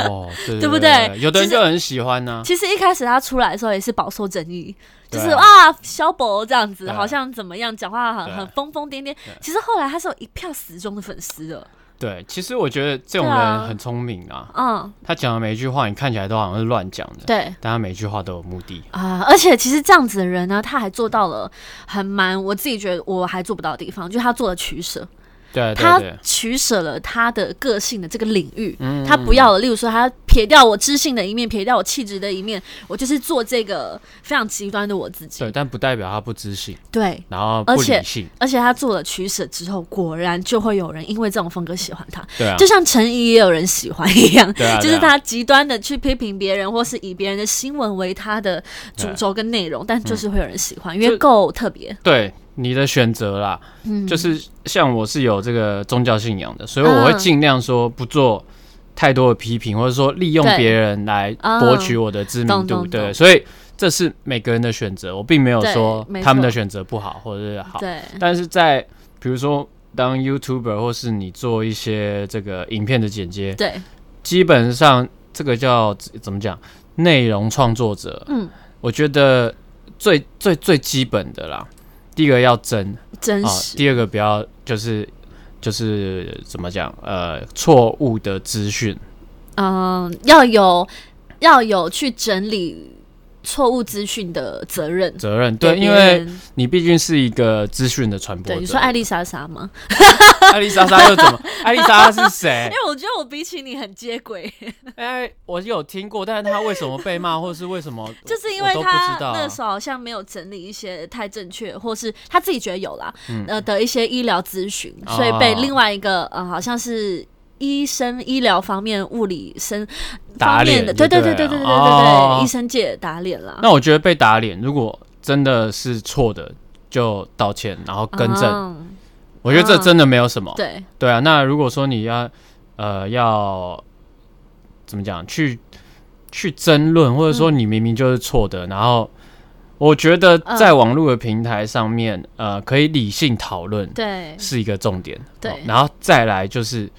Speaker 2: 哦，对
Speaker 1: 对不对
Speaker 2: 对有的人就很喜欢呢、
Speaker 1: 其实一开始他出来的时候也是饱受争议，就
Speaker 2: 对啊
Speaker 1: 是啊，小宝这样子，
Speaker 2: 对啊
Speaker 1: 好像怎么样，讲话
Speaker 2: 对
Speaker 1: 很
Speaker 2: 啊
Speaker 1: 很疯疯癫癫
Speaker 2: 对。
Speaker 1: 其实后来他是有一票死忠的粉丝的，
Speaker 2: 对，其实我觉得这种
Speaker 1: 对啊
Speaker 2: 人很聪明啊，
Speaker 1: 嗯，
Speaker 2: 他讲的每一句话，你看起来都好像是乱讲的，
Speaker 1: 对。
Speaker 2: 但他每一句话都有目的。
Speaker 1: 啊、而且其实这样子的人呢，他还做到了很蛮我自己觉得我还做不到的地方，就是他做了取舍，
Speaker 2: 对对
Speaker 1: 他
Speaker 2: 对，
Speaker 1: 取舍了他的个性的这个领域，
Speaker 2: 嗯
Speaker 1: 他不要了。例如说，他撇掉我知性的一面，撇掉我气质的一面，我就是做这个非常极端的我自己。
Speaker 2: 对，但不代表他不知性，
Speaker 1: 对，
Speaker 2: 然后不
Speaker 1: 而且
Speaker 2: 理性。
Speaker 1: 而且他做了取舍之后，果然就会有人因为这种风格喜欢他，
Speaker 2: 对啊
Speaker 1: 就，像陈怡也有人喜欢一样，
Speaker 2: 对啊
Speaker 1: 就
Speaker 2: 对
Speaker 1: 是
Speaker 2: 啊
Speaker 1: 他极端的去批评别人，或是以别人的新闻为他的主
Speaker 2: 对啊
Speaker 1: 轴跟内容，但就是会有人喜欢，因
Speaker 2: 就
Speaker 1: 为够特别。
Speaker 2: 对你的选择啦，
Speaker 1: 嗯，
Speaker 2: 就是像我是有这个宗教信仰的，所以我会
Speaker 1: 嗯
Speaker 2: 尽量说不做太多的批评，或者说利用
Speaker 1: 对
Speaker 2: 别人来博取我的知名
Speaker 1: 懂
Speaker 2: 度。
Speaker 1: 懂懂
Speaker 2: 对，所以这是每个人的选择，我并没有
Speaker 1: 对
Speaker 2: 说
Speaker 1: 没
Speaker 2: 他们的
Speaker 1: 错
Speaker 2: 选择不好或者是好。
Speaker 1: 对，
Speaker 2: 但是在比如说当 YouTuber 或是你做一些这个影片的剪接，
Speaker 1: 对，
Speaker 2: 基本上这个叫怎么讲？内容创作者，
Speaker 1: 嗯，
Speaker 2: 我觉得最最最基本的啦，第一个要真
Speaker 1: 真
Speaker 2: 啊，
Speaker 1: 实，
Speaker 2: 第二个不要就是就是怎么讲？呃，错误的资讯，哦
Speaker 1: 嗯，要有要有去整理错误资讯的责任。
Speaker 2: 责任
Speaker 1: 给
Speaker 2: 对，因
Speaker 1: 别
Speaker 2: 为
Speaker 1: 人
Speaker 2: 你毕竟是一个资讯的传播
Speaker 1: 对你
Speaker 2: 者
Speaker 1: 说。艾丽莎莎吗？
Speaker 2: 艾丽莎莎又怎么？ 艾丽莎莎是谁
Speaker 1: 因？为我觉得我比起你很接轨，
Speaker 2: 哎，我有听过，但是她为什么被骂，或是为什么？
Speaker 1: 就是因
Speaker 2: 我
Speaker 1: 为
Speaker 2: 都不
Speaker 1: 他
Speaker 2: 知道啊
Speaker 1: 那时候好像没有整理一些太正确，或是他自己觉得有啦，
Speaker 2: 嗯
Speaker 1: 呃的一些医疗咨询，
Speaker 2: 哦
Speaker 1: 所以被另外一个呃好像是医生医疗方面物理生
Speaker 2: 打
Speaker 1: 方
Speaker 2: 脸
Speaker 1: 面的，
Speaker 2: 就
Speaker 1: 对对
Speaker 2: 对
Speaker 1: 对
Speaker 2: 了
Speaker 1: 对对对对
Speaker 2: 哦
Speaker 1: 对，医生界打脸啦。
Speaker 2: 那我觉得被打脸，如果真的是错的，就道歉，然后更正。
Speaker 1: 嗯
Speaker 2: 我觉得这真的没有什么。
Speaker 1: 对，
Speaker 2: 对啊，那如果说你要呃要怎么讲去去争论，或者说你明明就是错的，然后我觉得在网络的平台上面，呃，可以理性讨论
Speaker 1: 对，
Speaker 2: 是一个重点。
Speaker 1: 对
Speaker 2: 然后再来就是。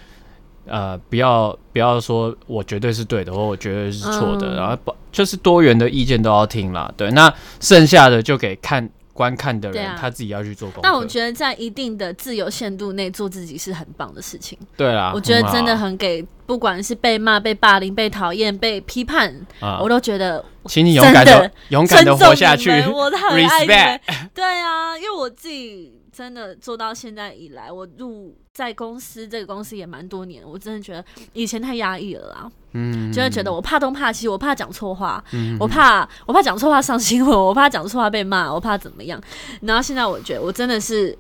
Speaker 2: 呃，不要不要说我绝对是对的，或我绝对是错的，
Speaker 1: 嗯
Speaker 2: 然后不就是多元的意见都要听啦。对，那剩下的就给看观看的
Speaker 1: 对
Speaker 2: 人、
Speaker 1: 啊
Speaker 2: 他自己要去做功课。
Speaker 1: 那我觉得在一定的自由限度内做自己是很棒的事情。
Speaker 2: 对啦，
Speaker 1: 我觉得
Speaker 2: 很好啊
Speaker 1: 真的很给，不管是被骂、被霸凌、被讨厌、被批判，
Speaker 2: 啊
Speaker 1: 我都觉得
Speaker 2: 请你勇敢
Speaker 1: 真
Speaker 2: 的
Speaker 1: 的
Speaker 2: 勇
Speaker 1: 尊
Speaker 2: 敢的
Speaker 1: 重
Speaker 2: 活下去
Speaker 1: 你。们哦我很爱你
Speaker 2: respect
Speaker 1: 们。对啊，因为我自己真的做到现在以来，我入在公司这个公司也蛮多年，我真的觉得以前太压抑了啦，
Speaker 2: 嗯，
Speaker 1: 就会觉得我怕东怕西，我怕讲错话，我怕我怕讲错话上新闻，我怕讲错话被骂，我怕怎么样。然后现在我觉得我真的是。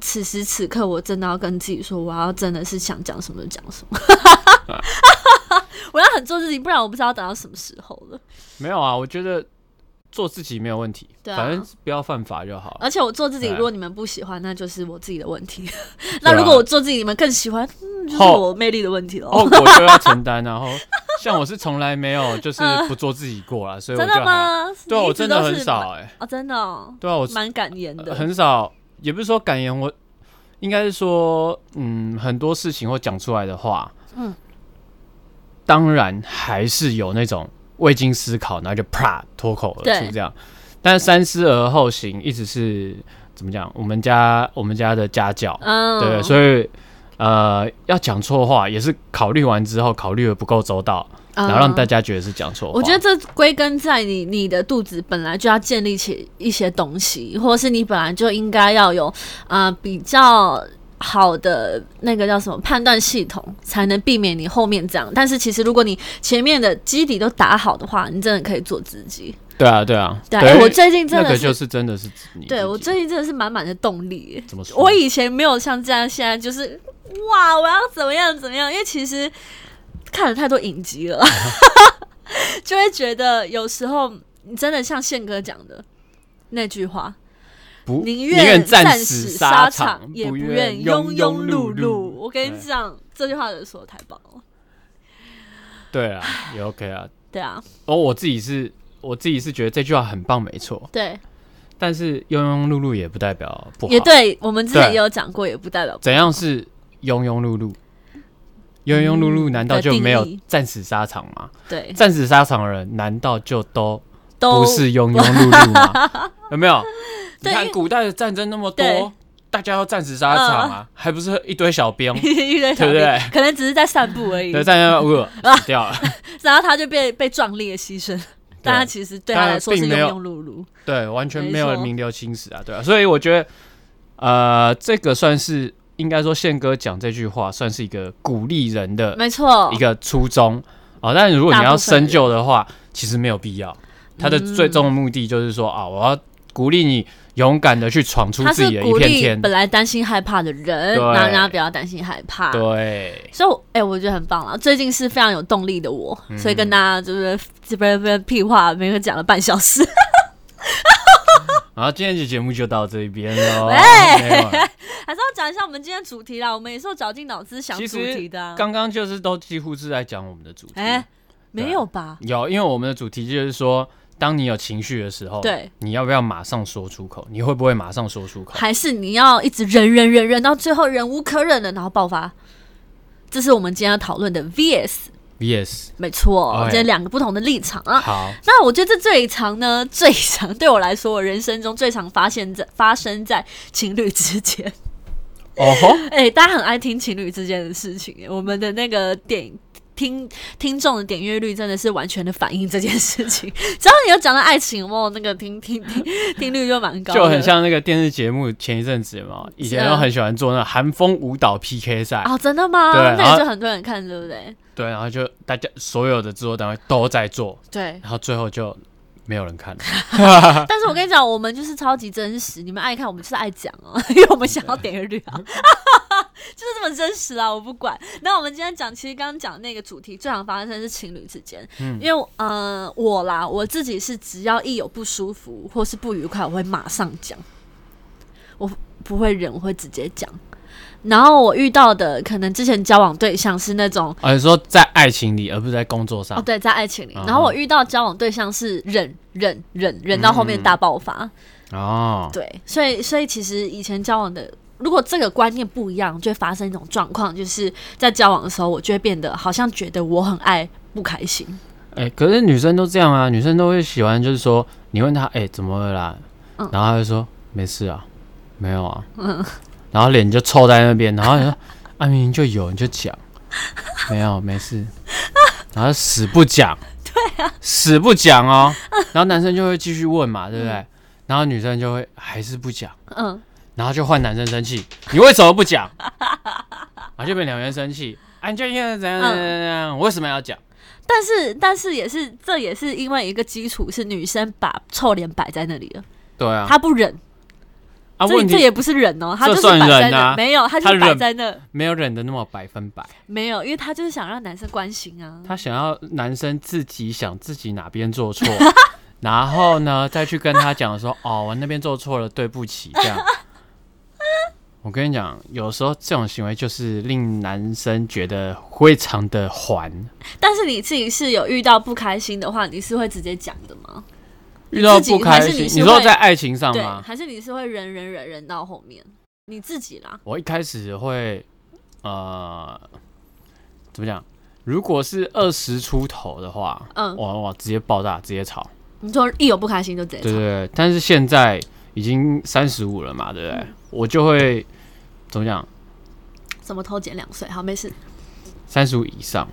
Speaker 1: 此时此刻，我真的要跟自己说，我要真的是想讲什么就讲什么， 我要很做自己，不然我不知道等到什么时候了。
Speaker 2: 没有啊，我觉得做自己没有问题，
Speaker 1: 对啊呃
Speaker 2: 反正不要犯法就好了。
Speaker 1: 而且我做自己，
Speaker 2: 对
Speaker 1: 如果你们不喜欢，那就是我自己的问题。
Speaker 2: 哎 对
Speaker 1: 那
Speaker 2: 啊
Speaker 1: 如果我做自己，你们更喜欢，嗯、就是
Speaker 2: 后
Speaker 1: 我魅力的问题了。
Speaker 2: 后果哦就要承担。啊然后像我是从来没有就是不做自己过啦，所以我
Speaker 1: 嗯真
Speaker 2: 就
Speaker 1: 的
Speaker 2: 还
Speaker 1: 吗？
Speaker 2: 对啊
Speaker 1: 你一
Speaker 2: 我
Speaker 1: 直
Speaker 2: 真
Speaker 1: 都
Speaker 2: 的
Speaker 1: 是
Speaker 2: 很少哎，
Speaker 1: 哦，真的哦，
Speaker 2: 对啊，我
Speaker 1: 蛮敢言的。
Speaker 2: 很少，也不是说敢言，我应该是说嗯，很多事情或讲出来的话，
Speaker 1: 嗯，
Speaker 2: 当然还是有那种未经思考，然后就啪脱口而
Speaker 1: 对
Speaker 2: 出这样。但三思而后行，一直是怎么讲？我们家我们家的家教，
Speaker 1: 嗯，
Speaker 2: 对，所以呃，要讲错话也是考虑完之后，考虑的不够周到，然后让大
Speaker 1: 家。
Speaker 2: 家觉得是讲错话。
Speaker 1: 啊嗯我觉得这归根在你你的肚子本来就要建立起一些东西，或者是你本来就应该要有呃比较好的那个叫什么判断系统，才能避免你后面这样。但是其实如果你前面的基底都打好的话，你真的可以做自己。
Speaker 2: 对啊，对啊，
Speaker 1: 对，
Speaker 2: 等于
Speaker 1: 哎我最近真
Speaker 2: 那
Speaker 1: 的
Speaker 2: 个
Speaker 1: 是，
Speaker 2: 就是真的是你自
Speaker 1: 对
Speaker 2: 己
Speaker 1: 我最近真的是满满的动力耶。
Speaker 2: 怎么说？
Speaker 1: 我以前没有像这样，现在就是哇，我要怎么样怎么样？因为其实看了太多影集 了，就会觉得有时候你真的像宪哥讲的那句话，
Speaker 2: 不
Speaker 1: 宁
Speaker 2: 宁愿
Speaker 1: 战
Speaker 2: 死
Speaker 1: 沙
Speaker 2: 场，
Speaker 1: 也
Speaker 2: 不
Speaker 1: 愿庸
Speaker 2: 庸
Speaker 1: 碌
Speaker 2: 碌。
Speaker 1: 我跟 你
Speaker 2: 对，
Speaker 1: 讲，这句话有说的太棒了。
Speaker 2: 对啊，也 OK 啊。
Speaker 1: 对啊，
Speaker 2: 哦，我自己是，我自己是觉得这句话很棒，没错。
Speaker 1: 对，
Speaker 2: 但是庸庸碌碌也不代表不好。
Speaker 1: 也对，我们之前
Speaker 2: 对
Speaker 1: 也有讲过，也不代表不
Speaker 2: 怎样是庸庸碌碌？庸庸碌碌难道就没
Speaker 1: 嗯
Speaker 2: 有
Speaker 1: 的定义
Speaker 2: 战死沙场吗？
Speaker 1: 对，
Speaker 2: 战死沙场的人难道就都
Speaker 1: 都
Speaker 2: 不是庸庸碌碌吗？ 有没有？你
Speaker 1: 对因
Speaker 2: 看
Speaker 1: 为
Speaker 2: 古代的战争那么
Speaker 1: 对嗯
Speaker 2: 多，大家要战死沙场啊，还不是一堆 小兵
Speaker 1: 遇到小
Speaker 2: 对
Speaker 1: 兵
Speaker 2: 不对
Speaker 1: 可能只是在散步而已，
Speaker 2: 对，战争呃死 掉了。
Speaker 1: 然后他就被被壮烈牺牲，但他其实对他来说是
Speaker 2: 但并没
Speaker 1: 庸
Speaker 2: 有
Speaker 1: 庸碌碌。
Speaker 2: 对，完全
Speaker 1: 没
Speaker 2: 没有
Speaker 1: 错
Speaker 2: 名留青史啊，对啊，所以我觉得，呃，这个算是应该说宪哥讲这句话，算是一个鼓励人的
Speaker 1: 没错
Speaker 2: 一，个初衷哦。但如果你
Speaker 1: 大
Speaker 2: 要
Speaker 1: 部分
Speaker 2: 深究的话，其实没有必要。他的
Speaker 1: 嗯
Speaker 2: 最终的目的就是说啊，我要鼓励你勇敢的去闯出
Speaker 1: 他
Speaker 2: 自
Speaker 1: 是
Speaker 2: 己的一
Speaker 1: 鼓
Speaker 2: 片
Speaker 1: 励
Speaker 2: 天
Speaker 1: 本。来担心害怕的人，
Speaker 2: 对
Speaker 1: 让大家不要担心害怕。
Speaker 2: 对，
Speaker 1: 所以我，哎、我觉得很棒啊！最近是非常有动力的我，
Speaker 2: 嗯
Speaker 1: 所以跟大家就是这边这边屁话，没有讲了半小时。
Speaker 2: 然后今天的节目就到这边 喽。
Speaker 1: 喂
Speaker 2: 没有啊
Speaker 1: 还是要讲一下我们今天的主题啦，我们也是有绞尽脑汁想
Speaker 2: 其
Speaker 1: 主题
Speaker 2: 实
Speaker 1: 的啊、
Speaker 2: 刚刚就是都几乎是在讲我们的主题。
Speaker 1: 哎、没有吧？
Speaker 2: 有，因为我们的主题就是说，当你有情绪的时候，
Speaker 1: 对，
Speaker 2: 你要不要马上说出口？你会不会马上说出口？
Speaker 1: 还是你要一直忍忍忍忍到最后忍无可忍了，然后爆发？这是我们今天要讨论的 VS
Speaker 2: ，yes，
Speaker 1: 没错
Speaker 2: 哎，
Speaker 1: 这两个不同的立场啊。
Speaker 2: 好，
Speaker 1: 那我觉得这最常呢，最常对我来说，我人生中最常发现在发生在情侣之间。
Speaker 2: 哦吼，
Speaker 1: 哎、大家很爱听情侣之间的事情，我们的那个点听听众的点阅率真的是完全的反映这件事情。 只要你有讲到爱情，哦，那个听听听听率就蛮高的，
Speaker 2: 就很像那个电视节目，前一阵子嘛，以前
Speaker 1: 是啊
Speaker 2: 都很喜欢做那韩风舞蹈 PK 赛，
Speaker 1: 哦，真的吗？
Speaker 2: 对然
Speaker 1: 那
Speaker 2: 后
Speaker 1: 个就很多人看，对不对？
Speaker 2: 对，然后就大家所有的制作单位都在做，
Speaker 1: 对。
Speaker 2: 然后最后就没有人看了。
Speaker 1: 但是我跟你讲，我们就是超级真实，你们爱看，我们就是爱讲啊， 因为我们想要点阅率啊， 就是这么真实啊，我不管。那我们今天讲，其实刚刚讲那个主题最常发生的是情侣之间，
Speaker 2: 嗯
Speaker 1: 因为呃我啦，我自己是只要一有不舒服或是不愉快，我会马上讲，我不会忍，我会直接讲。然后我遇到的可能之前交往对象是那种
Speaker 2: 啊，你说在爱情里，而不是在工作上
Speaker 1: 哦，，对，在爱情里。
Speaker 2: 啊
Speaker 1: 然后我遇到交往对象是忍忍忍忍到后
Speaker 2: 嗯
Speaker 1: 面大爆发，
Speaker 2: 哦，
Speaker 1: 对，所以所以其实以前交往的，如果这个观念不一样，就会发生一种状况，就是在交往的时候，我就会变得好像觉得我很爱不开心。
Speaker 2: 哎、可是女生都这样啊，女生都会喜欢，就是说你问她，哎、怎么了啦？
Speaker 1: 嗯
Speaker 2: 然后她就说没事啊，没有啊，然后脸就臭在那边，然后你说啊明明就有，你就讲， 没有没事，然后死不讲， 对啊，死不讲哦，然后男生就会继续问嘛，对不对？然后女生就会还是不讲，
Speaker 1: 嗯，
Speaker 2: 然后就换男生生气，你为什么不讲？ 然后就被两个人生气，啊你就因为怎样怎样怎样怎样，为什么要讲？
Speaker 1: 但是但是也是这也是因为一个基础是女生把臭脸摆在那里了，
Speaker 2: 对啊，
Speaker 1: 她不忍，
Speaker 2: 啊
Speaker 1: 这
Speaker 2: 问
Speaker 1: 这
Speaker 2: 题
Speaker 1: 也不是忍哦，她
Speaker 2: 这
Speaker 1: 就是
Speaker 2: 算
Speaker 1: 摆在
Speaker 2: 忍
Speaker 1: 那，
Speaker 2: 啊
Speaker 1: 没有，她就
Speaker 2: 她
Speaker 1: 是摆
Speaker 2: 忍
Speaker 1: 在那，
Speaker 2: 没有忍的那么百分百，
Speaker 1: 没有，因为她就是想让男生关心啊。
Speaker 2: 他想要男生自己想自己哪 边做错，然后呢再去跟他讲说，哦，我那边做错了，对不起，这样。我跟你讲，有时候这种行为就是令男生觉得非常的烦。
Speaker 1: 但是你自己是有遇到不开心的话，你是会直接讲的吗？
Speaker 2: 遇到
Speaker 1: 自己
Speaker 2: 不开
Speaker 1: 还是
Speaker 2: 心，
Speaker 1: 你是
Speaker 2: 你说
Speaker 1: 会
Speaker 2: 在爱情上
Speaker 1: 对，
Speaker 2: 吗？
Speaker 1: 还是你是会忍忍忍忍到后面？你自己啦，
Speaker 2: 我一开始会，呃，怎么讲？如果是二十出头的话，
Speaker 1: 嗯
Speaker 2: 哇哇，直接爆炸，直接吵。
Speaker 1: 你说一有不开心就直接
Speaker 2: 对
Speaker 1: 吵，
Speaker 2: 对对，但是现在已经三十五了嘛，对不
Speaker 1: 嗯
Speaker 2: 对？我就会怎么讲？
Speaker 1: 什么偷减两岁，好没事。
Speaker 2: 三十五以 上，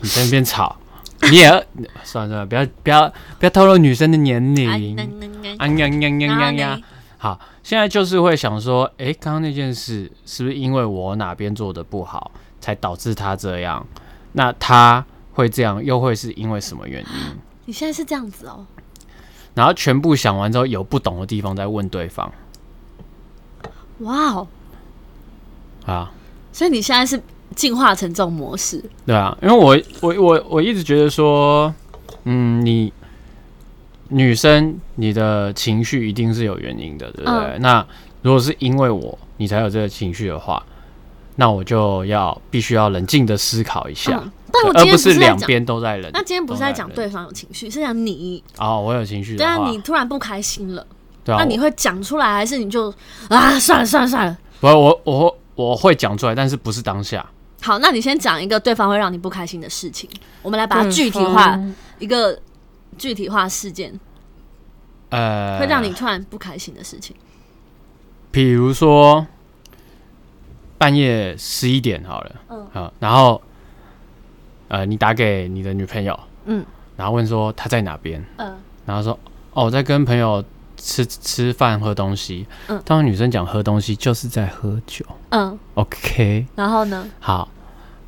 Speaker 2: 你在那边吵，你也要算了算了，不要不要不要透露女生的年龄。
Speaker 1: 啊嗯嗯
Speaker 2: 啊呀呀
Speaker 1: 嗯然
Speaker 2: 呀呀
Speaker 1: 后
Speaker 2: 呀
Speaker 1: 呢！
Speaker 2: 好，现在就是会想说，诶，刚刚那件事是不是因为我哪边做的不好，才导致他这样？那他会这样，又会是因为什么原因？
Speaker 1: 你现在是这样子哦，
Speaker 2: 然后全部想完之后，有不懂的地方再问对方
Speaker 1: 哇哦！
Speaker 2: 啊。
Speaker 1: 所以你现在是进化成这种模式，
Speaker 2: 对啊，因为我我我我一直觉得说，嗯，你女生你的情绪一定是有原因的，对不对？
Speaker 1: 嗯
Speaker 2: 那如果是因为我你才有这个情绪的话，那我就要必须要冷静的思考一下，
Speaker 1: 嗯，但我
Speaker 2: 对而
Speaker 1: 今天不
Speaker 2: 不
Speaker 1: 是
Speaker 2: 是
Speaker 1: 在
Speaker 2: 两
Speaker 1: 讲，
Speaker 2: 边都在冷
Speaker 1: 那。今天不是在讲
Speaker 2: 都在
Speaker 1: 对方有情绪，是讲你，
Speaker 2: 哦，我有情绪的
Speaker 1: 对
Speaker 2: 话，
Speaker 1: 啊，你突然不开心了，
Speaker 2: 对啊，
Speaker 1: 那你会讲出来，还是你就啊算了算了算了？
Speaker 2: 我我我我我会讲出来，但是不是当下。
Speaker 1: 好，那你先讲一个对方会让你不开心的事情，我们来把它具体化，一个具体化事件，
Speaker 2: 呃，
Speaker 1: 会让你突然不开心的事情。
Speaker 2: 比如说半夜十一点好了，
Speaker 1: 嗯
Speaker 2: 嗯，好，然后呃，你打给你的女朋友，
Speaker 1: 嗯
Speaker 2: 嗯，然后问说她在哪边，
Speaker 1: 嗯，
Speaker 2: 然后说哦，我在跟朋友吃吃饭喝东西，
Speaker 1: 嗯
Speaker 2: 嗯，当女生讲喝东西就是在喝酒
Speaker 1: 嗯，
Speaker 2: ，OK，
Speaker 1: 然后呢？
Speaker 2: 好，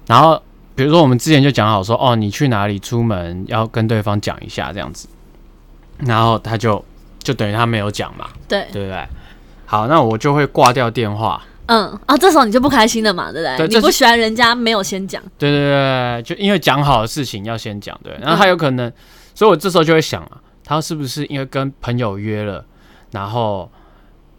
Speaker 2: 然后比如说我们之前就讲好说，哦，你去哪里出门要跟对方讲一下这样子，然后他就就等于他没有讲嘛，
Speaker 1: 对，
Speaker 2: 对不对？好，那我就会挂掉电话。
Speaker 1: 嗯啊，这时候你就不开心了嘛，对不对？
Speaker 2: 对
Speaker 1: 你
Speaker 2: 这
Speaker 1: 不
Speaker 2: 是
Speaker 1: 喜欢人家没有先讲，
Speaker 2: 对对对，对就因为讲好的事情要先讲，对。然后他有可能，所以我这时候就会想啊，他是不是因为跟朋友约了，然后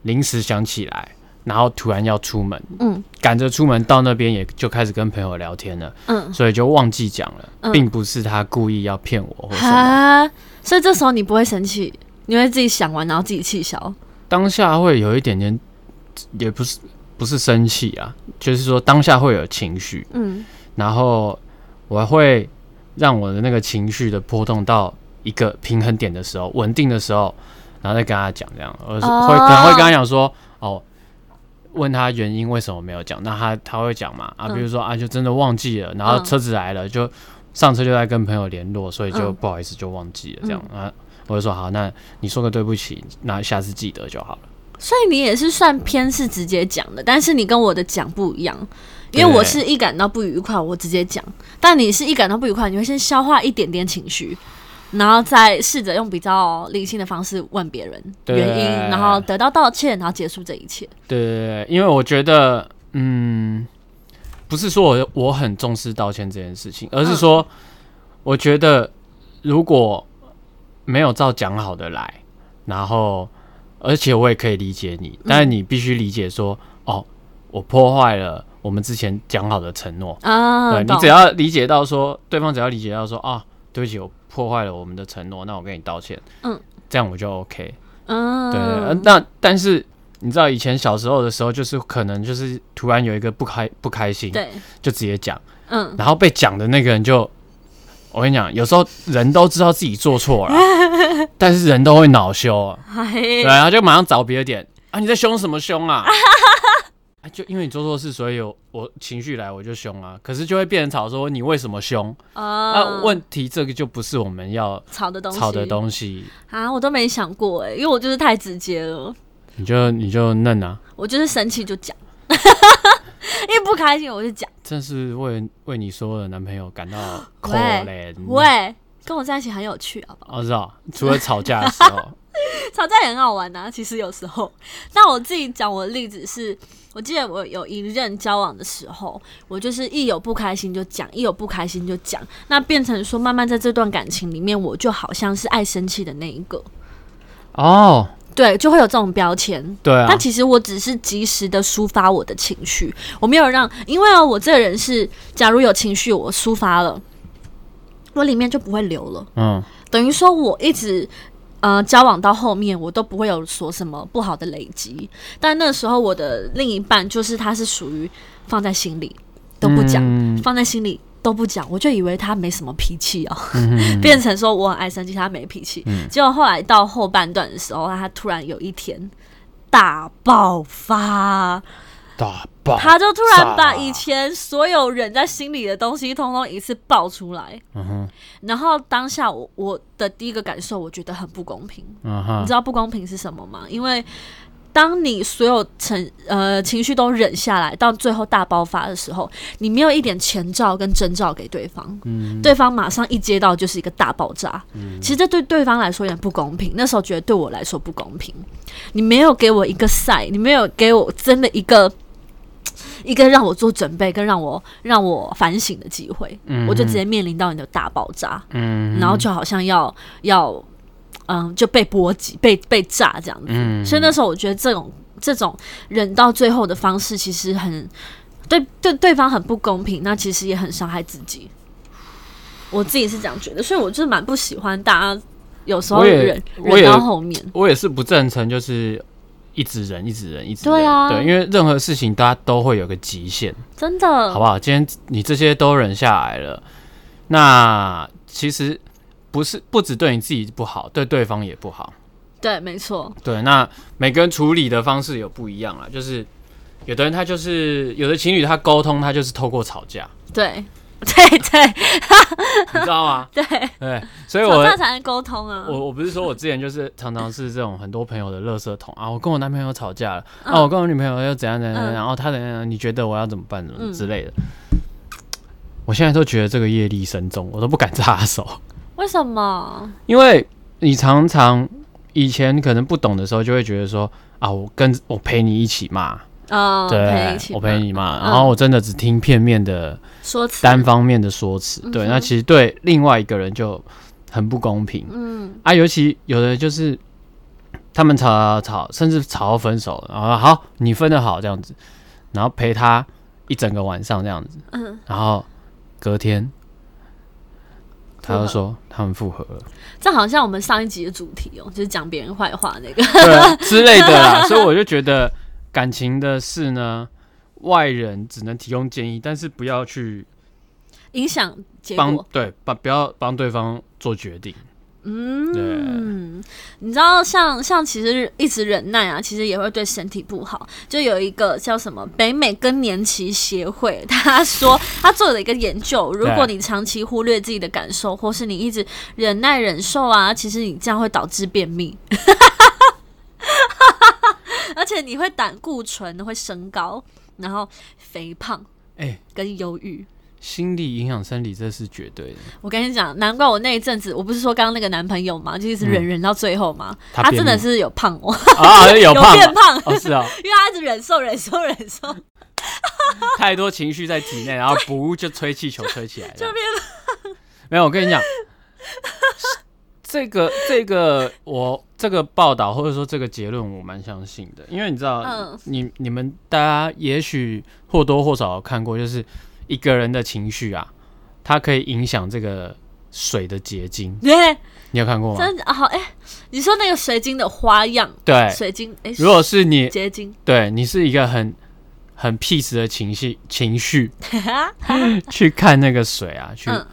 Speaker 2: 临时想起来，然后突然要出门，
Speaker 1: 嗯
Speaker 2: 赶着出门到那边也就开始跟朋友聊天了，
Speaker 1: 嗯，
Speaker 2: 所以就忘记讲了，
Speaker 1: 嗯
Speaker 2: 并不是他故意要骗我哦或什么。
Speaker 1: 哈，所以这时候你不会生气，你会自己想完然后自己气消。
Speaker 2: 当下会有一点点，也不是不是生气啊，就是说当下会有情绪，
Speaker 1: 嗯
Speaker 2: 然后我会让我的那个情绪的波动到一个平衡点的时候，稳定的时候，然后再跟他讲这样，而是
Speaker 1: 哦
Speaker 2: 会可能会跟他讲说，哦，问他原因为什么没有讲，那他他会讲嘛啊，
Speaker 1: 嗯
Speaker 2: 比如说啊就真的忘记了，然后
Speaker 1: 嗯
Speaker 2: 车子来了就上车就在跟朋友联络，所以就
Speaker 1: 嗯
Speaker 2: 不好意思就忘记了这样啊，我就说好，那你说个对不起，那下次记得就好了。
Speaker 1: 所以你也是算偏是直接讲的，但是你跟我的讲不一样，因为
Speaker 2: 对
Speaker 1: 我是一感到不愉快我直接讲，但你是一感到不愉快，你会先消化一点点情绪，然后再试着用比较理性的方式问别人
Speaker 2: 对
Speaker 1: 原因，然后得到道歉，然后结束这一切。
Speaker 2: 对对对，因为我觉得，嗯，不是说我我很重视道歉这件事情，而是说，
Speaker 1: 嗯
Speaker 2: 我觉得如果没有照讲好的来，然后而且我也可以理解你，
Speaker 1: 嗯
Speaker 2: 但是你必须理解说，哦，我破坏了我们之前讲好的承诺。
Speaker 1: 啊，
Speaker 2: 对你
Speaker 1: 懂
Speaker 2: 只要理解到说，对方只要理解到说，啊，对不起，我破坏了我们的承诺，那我跟你道歉。
Speaker 1: 嗯，
Speaker 2: 这样我就 OK。
Speaker 1: 嗯，
Speaker 2: 对，呃那但是你知道以前小时候的时候，就是可能就是突然有一个不开不开心，
Speaker 1: 对，
Speaker 2: 就直接讲，
Speaker 1: 嗯，
Speaker 2: 然后被讲的那个人就，我跟你讲，有时候人都知道自己做 错了，但是人都会恼羞啊，
Speaker 1: 嗯
Speaker 2: 对，
Speaker 1: 嗨，
Speaker 2: 然后就马上找别的点啊，你在凶什么凶 啊？啊就因为你做错事，所以有我情绪来我就凶啊，可是就会变成吵说你为什么凶？那、
Speaker 1: 啊
Speaker 2: 问题这个就不是我们要
Speaker 1: 吵哦的东西，
Speaker 2: 吵的东西，
Speaker 1: 啊，我都没想过哎、因为我就是太直接了，
Speaker 2: 你就你就嫩啊，
Speaker 1: 我就是生气就讲， 一不开心我就讲。
Speaker 2: 真是为为你所有的男朋友感 到可
Speaker 1: 喂
Speaker 2: 怜。
Speaker 1: 喂，跟我在一起很有趣，好不好？
Speaker 2: 哦，知道，除了吵架的时 候，
Speaker 1: 吵架也很好玩呐、啊其实有时候，那我自己讲我的例子是，我记得我有一任交往的时候，我就是一有不开心就讲，一有不开心就讲，那变成说慢慢在这段感情里面，我就好像是爱生气的那一个，
Speaker 2: 哦，
Speaker 1: 对，就会有这种标签。
Speaker 2: 对啊
Speaker 1: 但，其实我只是及时的抒发我的情绪，我没有让，因为哦，我这个人是，假如有情绪我抒发了，我里面就不会流了。
Speaker 2: 嗯，
Speaker 1: 等于说我一直呃交往到后面，我都不会有说什么不好的累积。但那时候我的另一半就是他是属于放在心里都不讲，
Speaker 2: 嗯
Speaker 1: 放在心里。都不讲，我就以为他没什么脾气哦，
Speaker 2: 嗯
Speaker 1: 变成说我很爱生气，他没脾气。结果后来到后半段的时候，他突然有一天大爆发，
Speaker 2: 大爆，
Speaker 1: 他就突然把
Speaker 2: 炸
Speaker 1: 以前所有忍在心里的东西，通通一次爆出来。
Speaker 2: 嗯哼，
Speaker 1: 然后当下我我的第一个感受，我觉得很不公平。
Speaker 2: 嗯
Speaker 1: 你
Speaker 2: 哼
Speaker 1: 知，道不公平是什么吗？因为当你所有情呃情绪都忍下来，到最后大爆发的时候，你没有一点前兆跟征兆给对方，对方马上一接到就是一个大爆炸。嗯其实这对对方来说有点不公平，那时候觉得对我来说不公平。你没有给我一个赛，你没有给我真的一个。一个让我做准备，跟让我让我反省的机会，
Speaker 2: 嗯
Speaker 1: 我就直接面临到你的大爆炸。
Speaker 2: 嗯，
Speaker 1: 然后就好像要要，嗯，就被波及、被被炸这样子。
Speaker 2: 嗯
Speaker 1: 所以那时候我觉得这种这种忍到最后的方式，其实很对对对方很不公平，那其实也很伤害自己。我自己是这样觉得，所以我就是蛮不喜欢大家有时候
Speaker 2: 我也
Speaker 1: 忍
Speaker 2: 我
Speaker 1: 忍
Speaker 2: 也
Speaker 1: 到后面。
Speaker 2: 我也是不赞成，就是一直忍，一直忍，一直忍，
Speaker 1: 对啊
Speaker 2: 对，嗯因为任何事情大家都会有个极限，
Speaker 1: 真的
Speaker 2: 好不好？今天你这些都忍下来了，那其实不是不只对你自己不好，对对方也不好。
Speaker 1: 对，没错，
Speaker 2: 对，那每个人处理的方式有不一样啦，就是有的人他就是有的情侣他沟通他就是透过吵架，
Speaker 1: 对 对对？
Speaker 2: 你知道吗
Speaker 1: 对，
Speaker 2: 对，所以
Speaker 1: 吵
Speaker 2: 我
Speaker 1: 架才能沟通啊。
Speaker 2: 我我不是说我之前就是常常是这种很多朋友的垃圾桶啊，我跟我男朋友吵架了，啊，
Speaker 1: 嗯
Speaker 2: 我跟我女朋友又怎样怎样怎
Speaker 1: 嗯
Speaker 2: 样，然后他怎样怎样，你觉得我要怎么办怎么
Speaker 1: 嗯
Speaker 2: 之类的。我现在都觉得这个业力深重，我都不敢插手，
Speaker 1: 为什么？
Speaker 2: 因为你常常以前可能不懂的时候，就会觉得说啊，我跟我陪你一起骂，
Speaker 1: 嗯，
Speaker 2: 对
Speaker 1: 一，起
Speaker 2: 我陪
Speaker 1: 嘛
Speaker 2: 你嘛。
Speaker 1: 嗯
Speaker 2: 然后我真的只听片面的、
Speaker 1: 说辞，
Speaker 2: 单方面的说辞，
Speaker 1: 嗯
Speaker 2: 对，
Speaker 1: 哼
Speaker 2: 那其实对另外一个人就很不公平
Speaker 1: 嗯
Speaker 2: 啊。尤其有的就是他们吵吵吵，甚至吵到分手了，然后好，你分的好这样子，然后陪他一整个晚上这样子，
Speaker 1: 嗯。
Speaker 2: 然后隔天他
Speaker 1: 复
Speaker 2: 就
Speaker 1: 合
Speaker 2: 说他们复合 了，
Speaker 1: 这好像我们上一集的主题哦，就是讲别人坏话那 个。
Speaker 2: 对之类的啦。所以我就觉得感情的事呢，外人只能提供建议，但是不要去。
Speaker 1: 影响结
Speaker 2: 帮
Speaker 1: 果。
Speaker 2: 对帮不要帮对方做决定，
Speaker 1: 嗯，你知道像像其实一直忍耐啊，其实也会对身体不好。就有一个叫什么北美更年期协会，他说他做了一个研究，如果
Speaker 2: 对
Speaker 1: 你长期忽略自己的感受，或是你一直忍耐忍受啊，其实你这样会导致便秘。 而且你会胆固醇会升高，然后肥胖
Speaker 2: 哎、
Speaker 1: 跟忧郁。
Speaker 2: 心理影响生理这是绝 对的，
Speaker 1: 我跟你讲，难怪我那一阵子，我不是说刚刚那个男朋友嘛，就一直忍忍到最后嘛，
Speaker 2: 嗯他
Speaker 1: 他
Speaker 2: 便
Speaker 1: 真的
Speaker 2: 秘
Speaker 1: 是有胖哦，
Speaker 2: 啊， 有胖
Speaker 1: 变胖，
Speaker 2: 哦，是啊，
Speaker 1: 因为他一直忍受忍受忍受，
Speaker 2: 太多情绪在体内，然后不就吹气球 吹起来了。 没有，我跟你讲，这个这个我这个报道或者说这个结论我蛮相信的，因为你知道，
Speaker 1: 嗯
Speaker 2: 你你们大家也许或多或少有看过，就是一个人的情绪啊，它可以影响这个水的结晶。
Speaker 1: 对，
Speaker 2: 你有看过吗？
Speaker 1: 真的好哎、你说那个水晶的花样，
Speaker 2: 对，
Speaker 1: 水晶哎，
Speaker 2: 如果是你
Speaker 1: 结晶，
Speaker 2: 对你是一个很很 peace 的情绪情绪， 去看那个水啊，去
Speaker 1: 嗯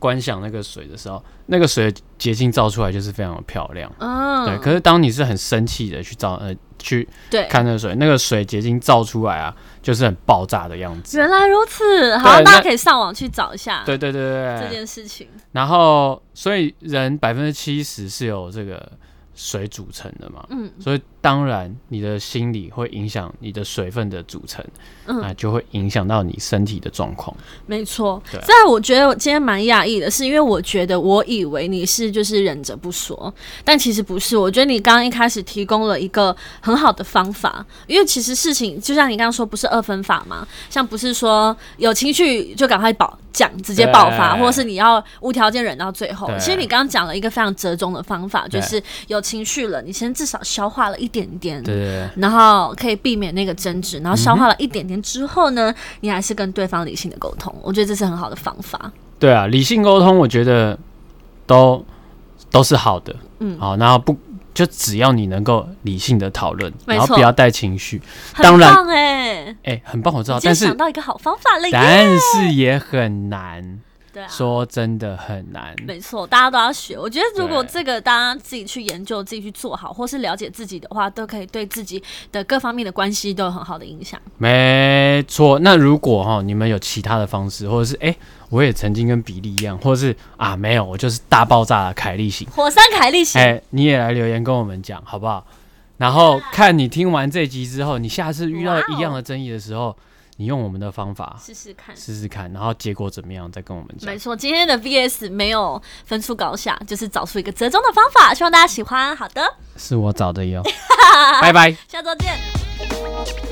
Speaker 2: 观想那个水的时候，那个水的结晶照出来就是非常的漂亮。对，
Speaker 1: 嗯，
Speaker 2: 可是当你是很生气的去照呃去
Speaker 1: 对，
Speaker 2: 看那个水，那个水结晶照出来啊，就是很爆炸的样子。
Speaker 1: 原来如此，好，
Speaker 2: 对
Speaker 1: 大家
Speaker 2: 那
Speaker 1: 可以上网去找一下
Speaker 2: 对哎对对
Speaker 1: 嗯这
Speaker 2: 对对，
Speaker 1: 件事情，
Speaker 2: 然后所以人百分之七十是由这个水组成的嘛，
Speaker 1: 嗯
Speaker 2: 所以当然你的心理会影响你的水分的组成，
Speaker 1: 嗯
Speaker 2: 那就会影响到你身体的状况。
Speaker 1: 没错
Speaker 2: 对啊，
Speaker 1: 但我觉得我今天蛮讶异的是，因为我觉得我以为你是就是忍着不说，但其实不是。我觉得你刚刚一开始提供了一个很好的方法，因为其实事情就像你刚刚说，不是二分法嘛，像不是说有情绪就赶快爆讲，直接爆发，
Speaker 2: 对
Speaker 1: 或者是你要无条件忍到最后
Speaker 2: 对。
Speaker 1: 其实你刚刚讲了一个非常折中的方法，
Speaker 2: 对
Speaker 1: 就是有情绪了，你先至少消化了一点点，
Speaker 2: 对对对，
Speaker 1: 然后可以避免那个争执，然后消化了一点点之后呢，你还是跟对方理性的沟通，我觉得这是很好的方法。
Speaker 2: 对啊，理性沟通我觉得都都是好的，
Speaker 1: 嗯
Speaker 2: 好，然后不就只要你能够理性的讨论，
Speaker 1: 没
Speaker 2: 然后
Speaker 1: 错
Speaker 2: 不要带情绪，当
Speaker 1: 很
Speaker 2: 然
Speaker 1: 棒哎、欸，
Speaker 2: 哎、很棒，我知道，
Speaker 1: 今天想
Speaker 2: 但是
Speaker 1: 到一个好方法了耶！
Speaker 2: 但是也很难，
Speaker 1: 对啊，
Speaker 2: 说真的很难，
Speaker 1: 没错，大家都要学。我觉得如果
Speaker 2: 对
Speaker 1: 这个大家自己去研究、自己去做好，或是了解自己的话，都可以对自己的各方面的关系都有很好的影响。
Speaker 2: 没错。那如果哈你们有其他的方式，或者是哎、我也曾经跟比利一样，或者是啊没有，我就是大爆炸的凯莉型，
Speaker 1: 火山凯利型，
Speaker 2: 哎、你也来留言跟我们讲好不好？然后看你听完这集之后，你下次遇到
Speaker 1: 哇哦
Speaker 2: 一样的争议的时候，你用我们的方法
Speaker 1: 试试看。
Speaker 2: 试试看，然后结果怎么样再跟我们讲
Speaker 1: 没。错，今天的 VS 没有分出高下，就是找出一个折中的方法，希望大家喜欢。好的，
Speaker 2: 是我找 的哟，拜拜。
Speaker 1: 下周见。